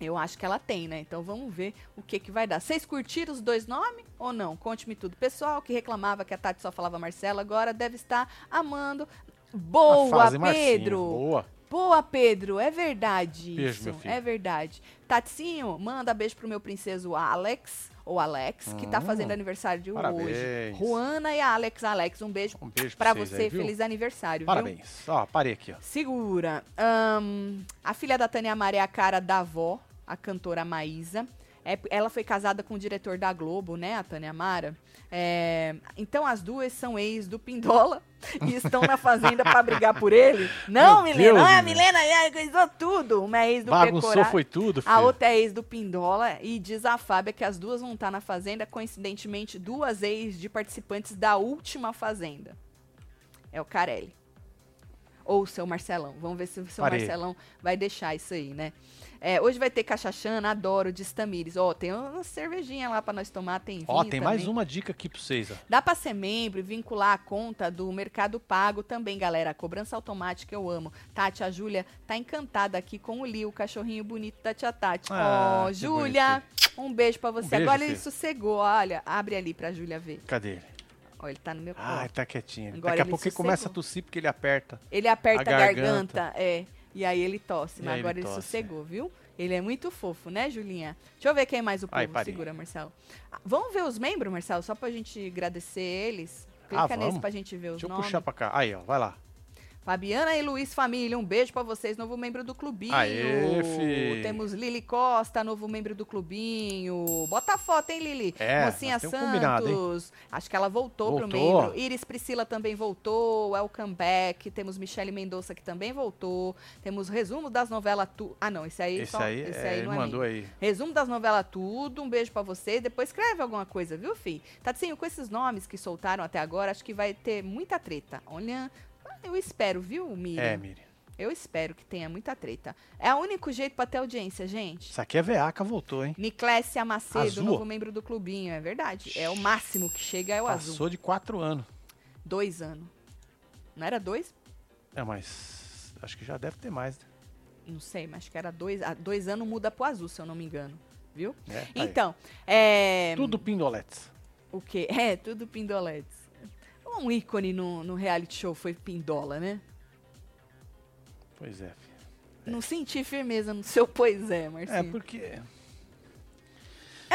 Speaker 1: Eu acho que ela tem, né? Então vamos ver o que que vai dar. Vocês curtiram os dois nomes ou não? Conte-me tudo. Pessoal que reclamava que a Tati só falava Marcelo, agora deve estar amando.
Speaker 2: A
Speaker 1: Boa,
Speaker 2: fase Marcinho,
Speaker 1: Pedro!
Speaker 2: Boa.
Speaker 1: Boa, Pedro! É verdade
Speaker 2: Beijo,
Speaker 1: isso.
Speaker 2: meu filho.
Speaker 1: É verdade. Taticinho, manda beijo pro meu princeso Alex, ou Alex, que tá
Speaker 2: Hum,
Speaker 1: fazendo aniversário de hoje.
Speaker 2: parabéns.
Speaker 1: Juana e Alex. Alex, um beijo
Speaker 2: Um beijo
Speaker 1: pra
Speaker 2: pra,
Speaker 1: você.
Speaker 2: vocês aí, viu?
Speaker 1: Feliz aniversário, viu?
Speaker 2: Parabéns. Ó, parei aqui, ó.
Speaker 1: Segura. Ahn, a filha da Tânia Maria é a cara da avó, a cantora Maísa. É, ela foi casada com o diretor da Globo, né, a Tânia Mara? É, então as duas são ex do Pindola e estão na fazenda pra brigar por ele? Não,
Speaker 2: Meu
Speaker 1: Milena.
Speaker 2: Deus,
Speaker 1: ah, a
Speaker 2: menina.
Speaker 1: Milena já coisou tudo. Uma é ex do
Speaker 2: Bagunçou
Speaker 1: Pecoraro.
Speaker 2: foi tudo, filho.
Speaker 1: A outra é ex do Pindola e diz a Fábia que as duas vão estar na Fazenda, coincidentemente, duas ex de participantes da última Fazenda. É o Carelli. Ou o seu Marcelão. Vamos ver se o seu
Speaker 2: Parei.
Speaker 1: Marcelão vai deixar isso aí, né? É, hoje vai ter Cachachana, adoro, diz Tamires. Ó, tem uma cervejinha lá pra nós tomar, tem vinho
Speaker 2: Ó, tem mais
Speaker 1: também.
Speaker 2: uma dica aqui pra vocês, ó.
Speaker 1: Dá pra ser membro e vincular a conta do Mercado Pago também, galera. A cobrança automática eu amo. Tati, a Júlia tá encantada aqui com o Li, o cachorrinho bonito da tia Tati.
Speaker 2: Ah,
Speaker 1: Ó,
Speaker 2: que
Speaker 1: Júlia, um beijo pra você.
Speaker 2: Um beijo,
Speaker 1: Agora ele
Speaker 2: filho.
Speaker 1: sossegou, olha. Abre ali pra Júlia ver.
Speaker 2: Cadê ele?
Speaker 1: Ó, ele tá no meu
Speaker 2: Ah,
Speaker 1: colo.
Speaker 2: ele tá quietinho.
Speaker 1: Agora
Speaker 2: Daqui a
Speaker 1: ele
Speaker 2: pouco ele começa a
Speaker 1: sossegou.
Speaker 2: tossir porque ele aperta.
Speaker 1: Ele aperta a
Speaker 2: a
Speaker 1: garganta,
Speaker 2: garganta.
Speaker 1: é. E aí ele tosse,
Speaker 2: E
Speaker 1: mas
Speaker 2: aí ele
Speaker 1: agora ele,
Speaker 2: tosse,
Speaker 1: sossegou, viu? Ele é muito fofo, né, Julinha? Deixa eu ver quem mais o povo
Speaker 2: Aí, parei.
Speaker 1: segura, Marcelo. Ah, Vamos ver os membros, Marcelo, só pra gente agradecer eles. Clica
Speaker 2: Ah,
Speaker 1: nesse
Speaker 2: vamos.
Speaker 1: pra gente ver os
Speaker 2: Deixa eu
Speaker 1: nomes.
Speaker 2: puxar pra cá. Aí, ó, vai lá.
Speaker 1: Fabiana e Luiz Família, um beijo pra vocês, novo membro do Clubinho.
Speaker 2: Aê, fi.
Speaker 1: Temos Lili Costa, novo membro do Clubinho. Bota a foto, hein, Lili?
Speaker 2: É,
Speaker 1: Mocinha
Speaker 2: nós temos combinado, hein?
Speaker 1: Santos. Acho que ela voltou, pro
Speaker 2: Voltou.
Speaker 1: membro. Iris Priscila também voltou. Welcome back. Temos Michele Mendonça que também voltou. Temos resumo das novelas tu. Ah, não, esse aí
Speaker 2: Esse
Speaker 1: só-
Speaker 2: aí,
Speaker 1: esse
Speaker 2: é,
Speaker 1: aí
Speaker 2: ele
Speaker 1: não é
Speaker 2: mandou
Speaker 1: membro.
Speaker 2: aí.
Speaker 1: Resumo das novelas tudo, um beijo pra vocês. Depois escreve alguma coisa, viu, fi? Tatsinho, com esses nomes que soltaram até agora, acho que vai ter muita treta. Olha, eu espero, viu, Miriam?
Speaker 2: É, Miriam.
Speaker 1: Eu espero que tenha muita treta. É o único jeito pra ter audiência, gente.
Speaker 2: Isso aqui é veaca, voltou, hein?
Speaker 1: Niclésia Macedo,
Speaker 2: Azul.
Speaker 1: novo membro do clubinho, é verdade. É o máximo que chega é o
Speaker 2: Passou
Speaker 1: azul.
Speaker 2: de quatro anos.
Speaker 1: Dois anos. Não era dois?
Speaker 2: É, mas acho que já deve ter mais, né?
Speaker 1: Não sei, mas acho que era dois. ah, Dois anos muda pro azul, se eu não me engano. Viu?
Speaker 2: É, tá aí.
Speaker 1: Então, é.
Speaker 2: Tudo pindoletes.
Speaker 1: O quê? É, tudo pindoletes. Um ícone no, no reality show foi pindola, né?
Speaker 2: Pois é, filho.
Speaker 1: Não senti firmeza no seu pois é,
Speaker 2: É,
Speaker 1: Marcinho.
Speaker 2: porque...
Speaker 1: É,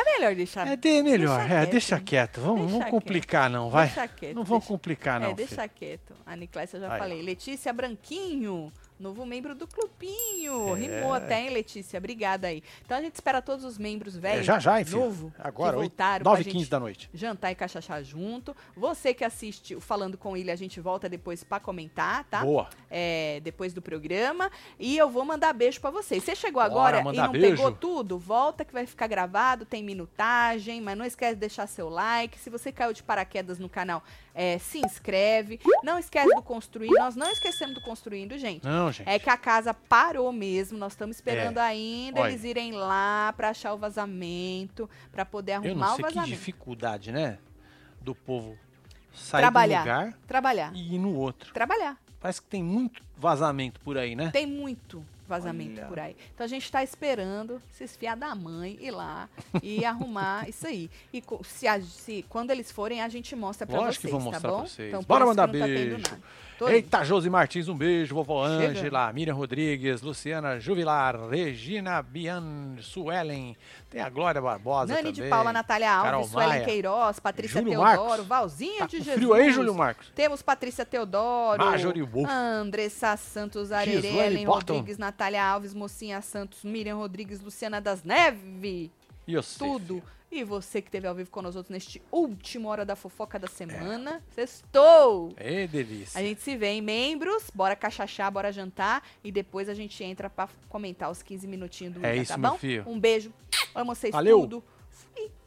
Speaker 1: melhor deixar.
Speaker 2: É, de,
Speaker 1: deixa
Speaker 2: melhor. é,
Speaker 1: quieto. né?
Speaker 2: deixa quieto. Vamos,
Speaker 1: Deixa
Speaker 2: vamos
Speaker 1: quieto.
Speaker 2: complicar, não, vai.
Speaker 1: Deixa quieto,
Speaker 2: não vamos
Speaker 1: deixa-
Speaker 2: complicar, Ah, não,
Speaker 1: é, deixa
Speaker 2: filho.
Speaker 1: quieto. A Niclésia já
Speaker 2: Aí, ó.
Speaker 1: falei. Letícia Branquinho, novo membro do clubinho.
Speaker 2: É.
Speaker 1: Rimou até, hein, Letícia? Obrigada aí. Então a gente espera todos os membros velhos,
Speaker 2: É, já, já, hein, filho.
Speaker 1: novo,
Speaker 2: Agora,
Speaker 1: que
Speaker 2: oito-
Speaker 1: voltaram pra
Speaker 2: 9
Speaker 1: gente
Speaker 2: 15 da noite.
Speaker 1: jantar e cachachá junto. Você que assiste o Falando Com Ele, a gente volta depois pra comentar, tá?
Speaker 2: Boa.
Speaker 1: é, depois do programa. E eu vou mandar beijo pra vocês. Você chegou
Speaker 2: Bora
Speaker 1: agora e
Speaker 2: mandar
Speaker 1: não
Speaker 2: beijo.
Speaker 1: pegou tudo? Volta que vai ficar gravado, tem minutagem, mas não esquece de deixar seu like. Se você caiu de paraquedas no canal, é, se inscreve. Não esquece do construir. Nós não esquecemos do construindo, gente.
Speaker 2: Não, gente.
Speaker 1: É que a casa parou mesmo. Nós estamos esperando ainda
Speaker 2: É. Olha.
Speaker 1: eles irem lá pra achar o vazamento, pra poder
Speaker 2: Eu não
Speaker 1: arrumar o
Speaker 2: sei que
Speaker 1: vazamento.
Speaker 2: dificuldade, né? Do povo sair
Speaker 1: Trabalhar.
Speaker 2: de um lugar
Speaker 1: Trabalhar.
Speaker 2: e ir no outro.
Speaker 1: Trabalhar.
Speaker 2: Parece que tem muito vazamento por aí, né?
Speaker 1: Tem muito vazamento
Speaker 2: Olha.
Speaker 1: por aí. Então a gente tá esperando se esfiar da mãe ir lá e arrumar isso aí. E co- se, a- se- quando eles forem, a gente mostra pra
Speaker 2: Lógico que
Speaker 1: vocês,
Speaker 2: vou mostrar
Speaker 1: tá bom?
Speaker 2: pra vocês.
Speaker 1: Então, por
Speaker 2: Bora
Speaker 1: isso que
Speaker 2: mandar
Speaker 1: não tá tendo
Speaker 2: beijo.
Speaker 1: nada. Tô indo.
Speaker 2: Eita, Josi Martins, um beijo. Vovó
Speaker 1: Chega.
Speaker 2: Ângela, Miriam Rodrigues, Luciana Juvilar, Regina Bian, Suelen, tem a Glória Barbosa
Speaker 1: Nani
Speaker 2: também.
Speaker 1: de Paula, Natália
Speaker 2: Carol
Speaker 1: Alves, Suelen
Speaker 2: Maia.
Speaker 1: Queiroz, Patrícia
Speaker 2: Júlio
Speaker 1: Teodoro,
Speaker 2: Marcos.
Speaker 1: Valzinho
Speaker 2: Tá
Speaker 1: de
Speaker 2: com
Speaker 1: Jesus.
Speaker 2: frio aí, Júlio Marcos? Ah,
Speaker 1: Temos Patrícia Teodoro,
Speaker 2: Marjorie Wolf.
Speaker 1: Andressa Santos
Speaker 2: Gislaine
Speaker 1: Arerelen
Speaker 2: Bottom.
Speaker 1: Rodrigues, Natália Alves, Mocinha Santos, Miriam Rodrigues, Luciana das Neves,
Speaker 2: E eu sei,
Speaker 1: tudo. E você que teve ao vivo com nós outros neste último Hora da Fofoca da Semana,
Speaker 2: É.
Speaker 1: sextou!
Speaker 2: Ei, delícia.
Speaker 1: A gente se vê, hein? Membros, bora cachachar, bora jantar e depois a gente entra pra comentar os 15 minutinhos do
Speaker 2: É
Speaker 1: Inca,
Speaker 2: isso,
Speaker 1: tá
Speaker 2: meu
Speaker 1: bom?
Speaker 2: filho.
Speaker 1: Um beijo, amo vocês
Speaker 2: Valeu.
Speaker 1: tudo. Fui.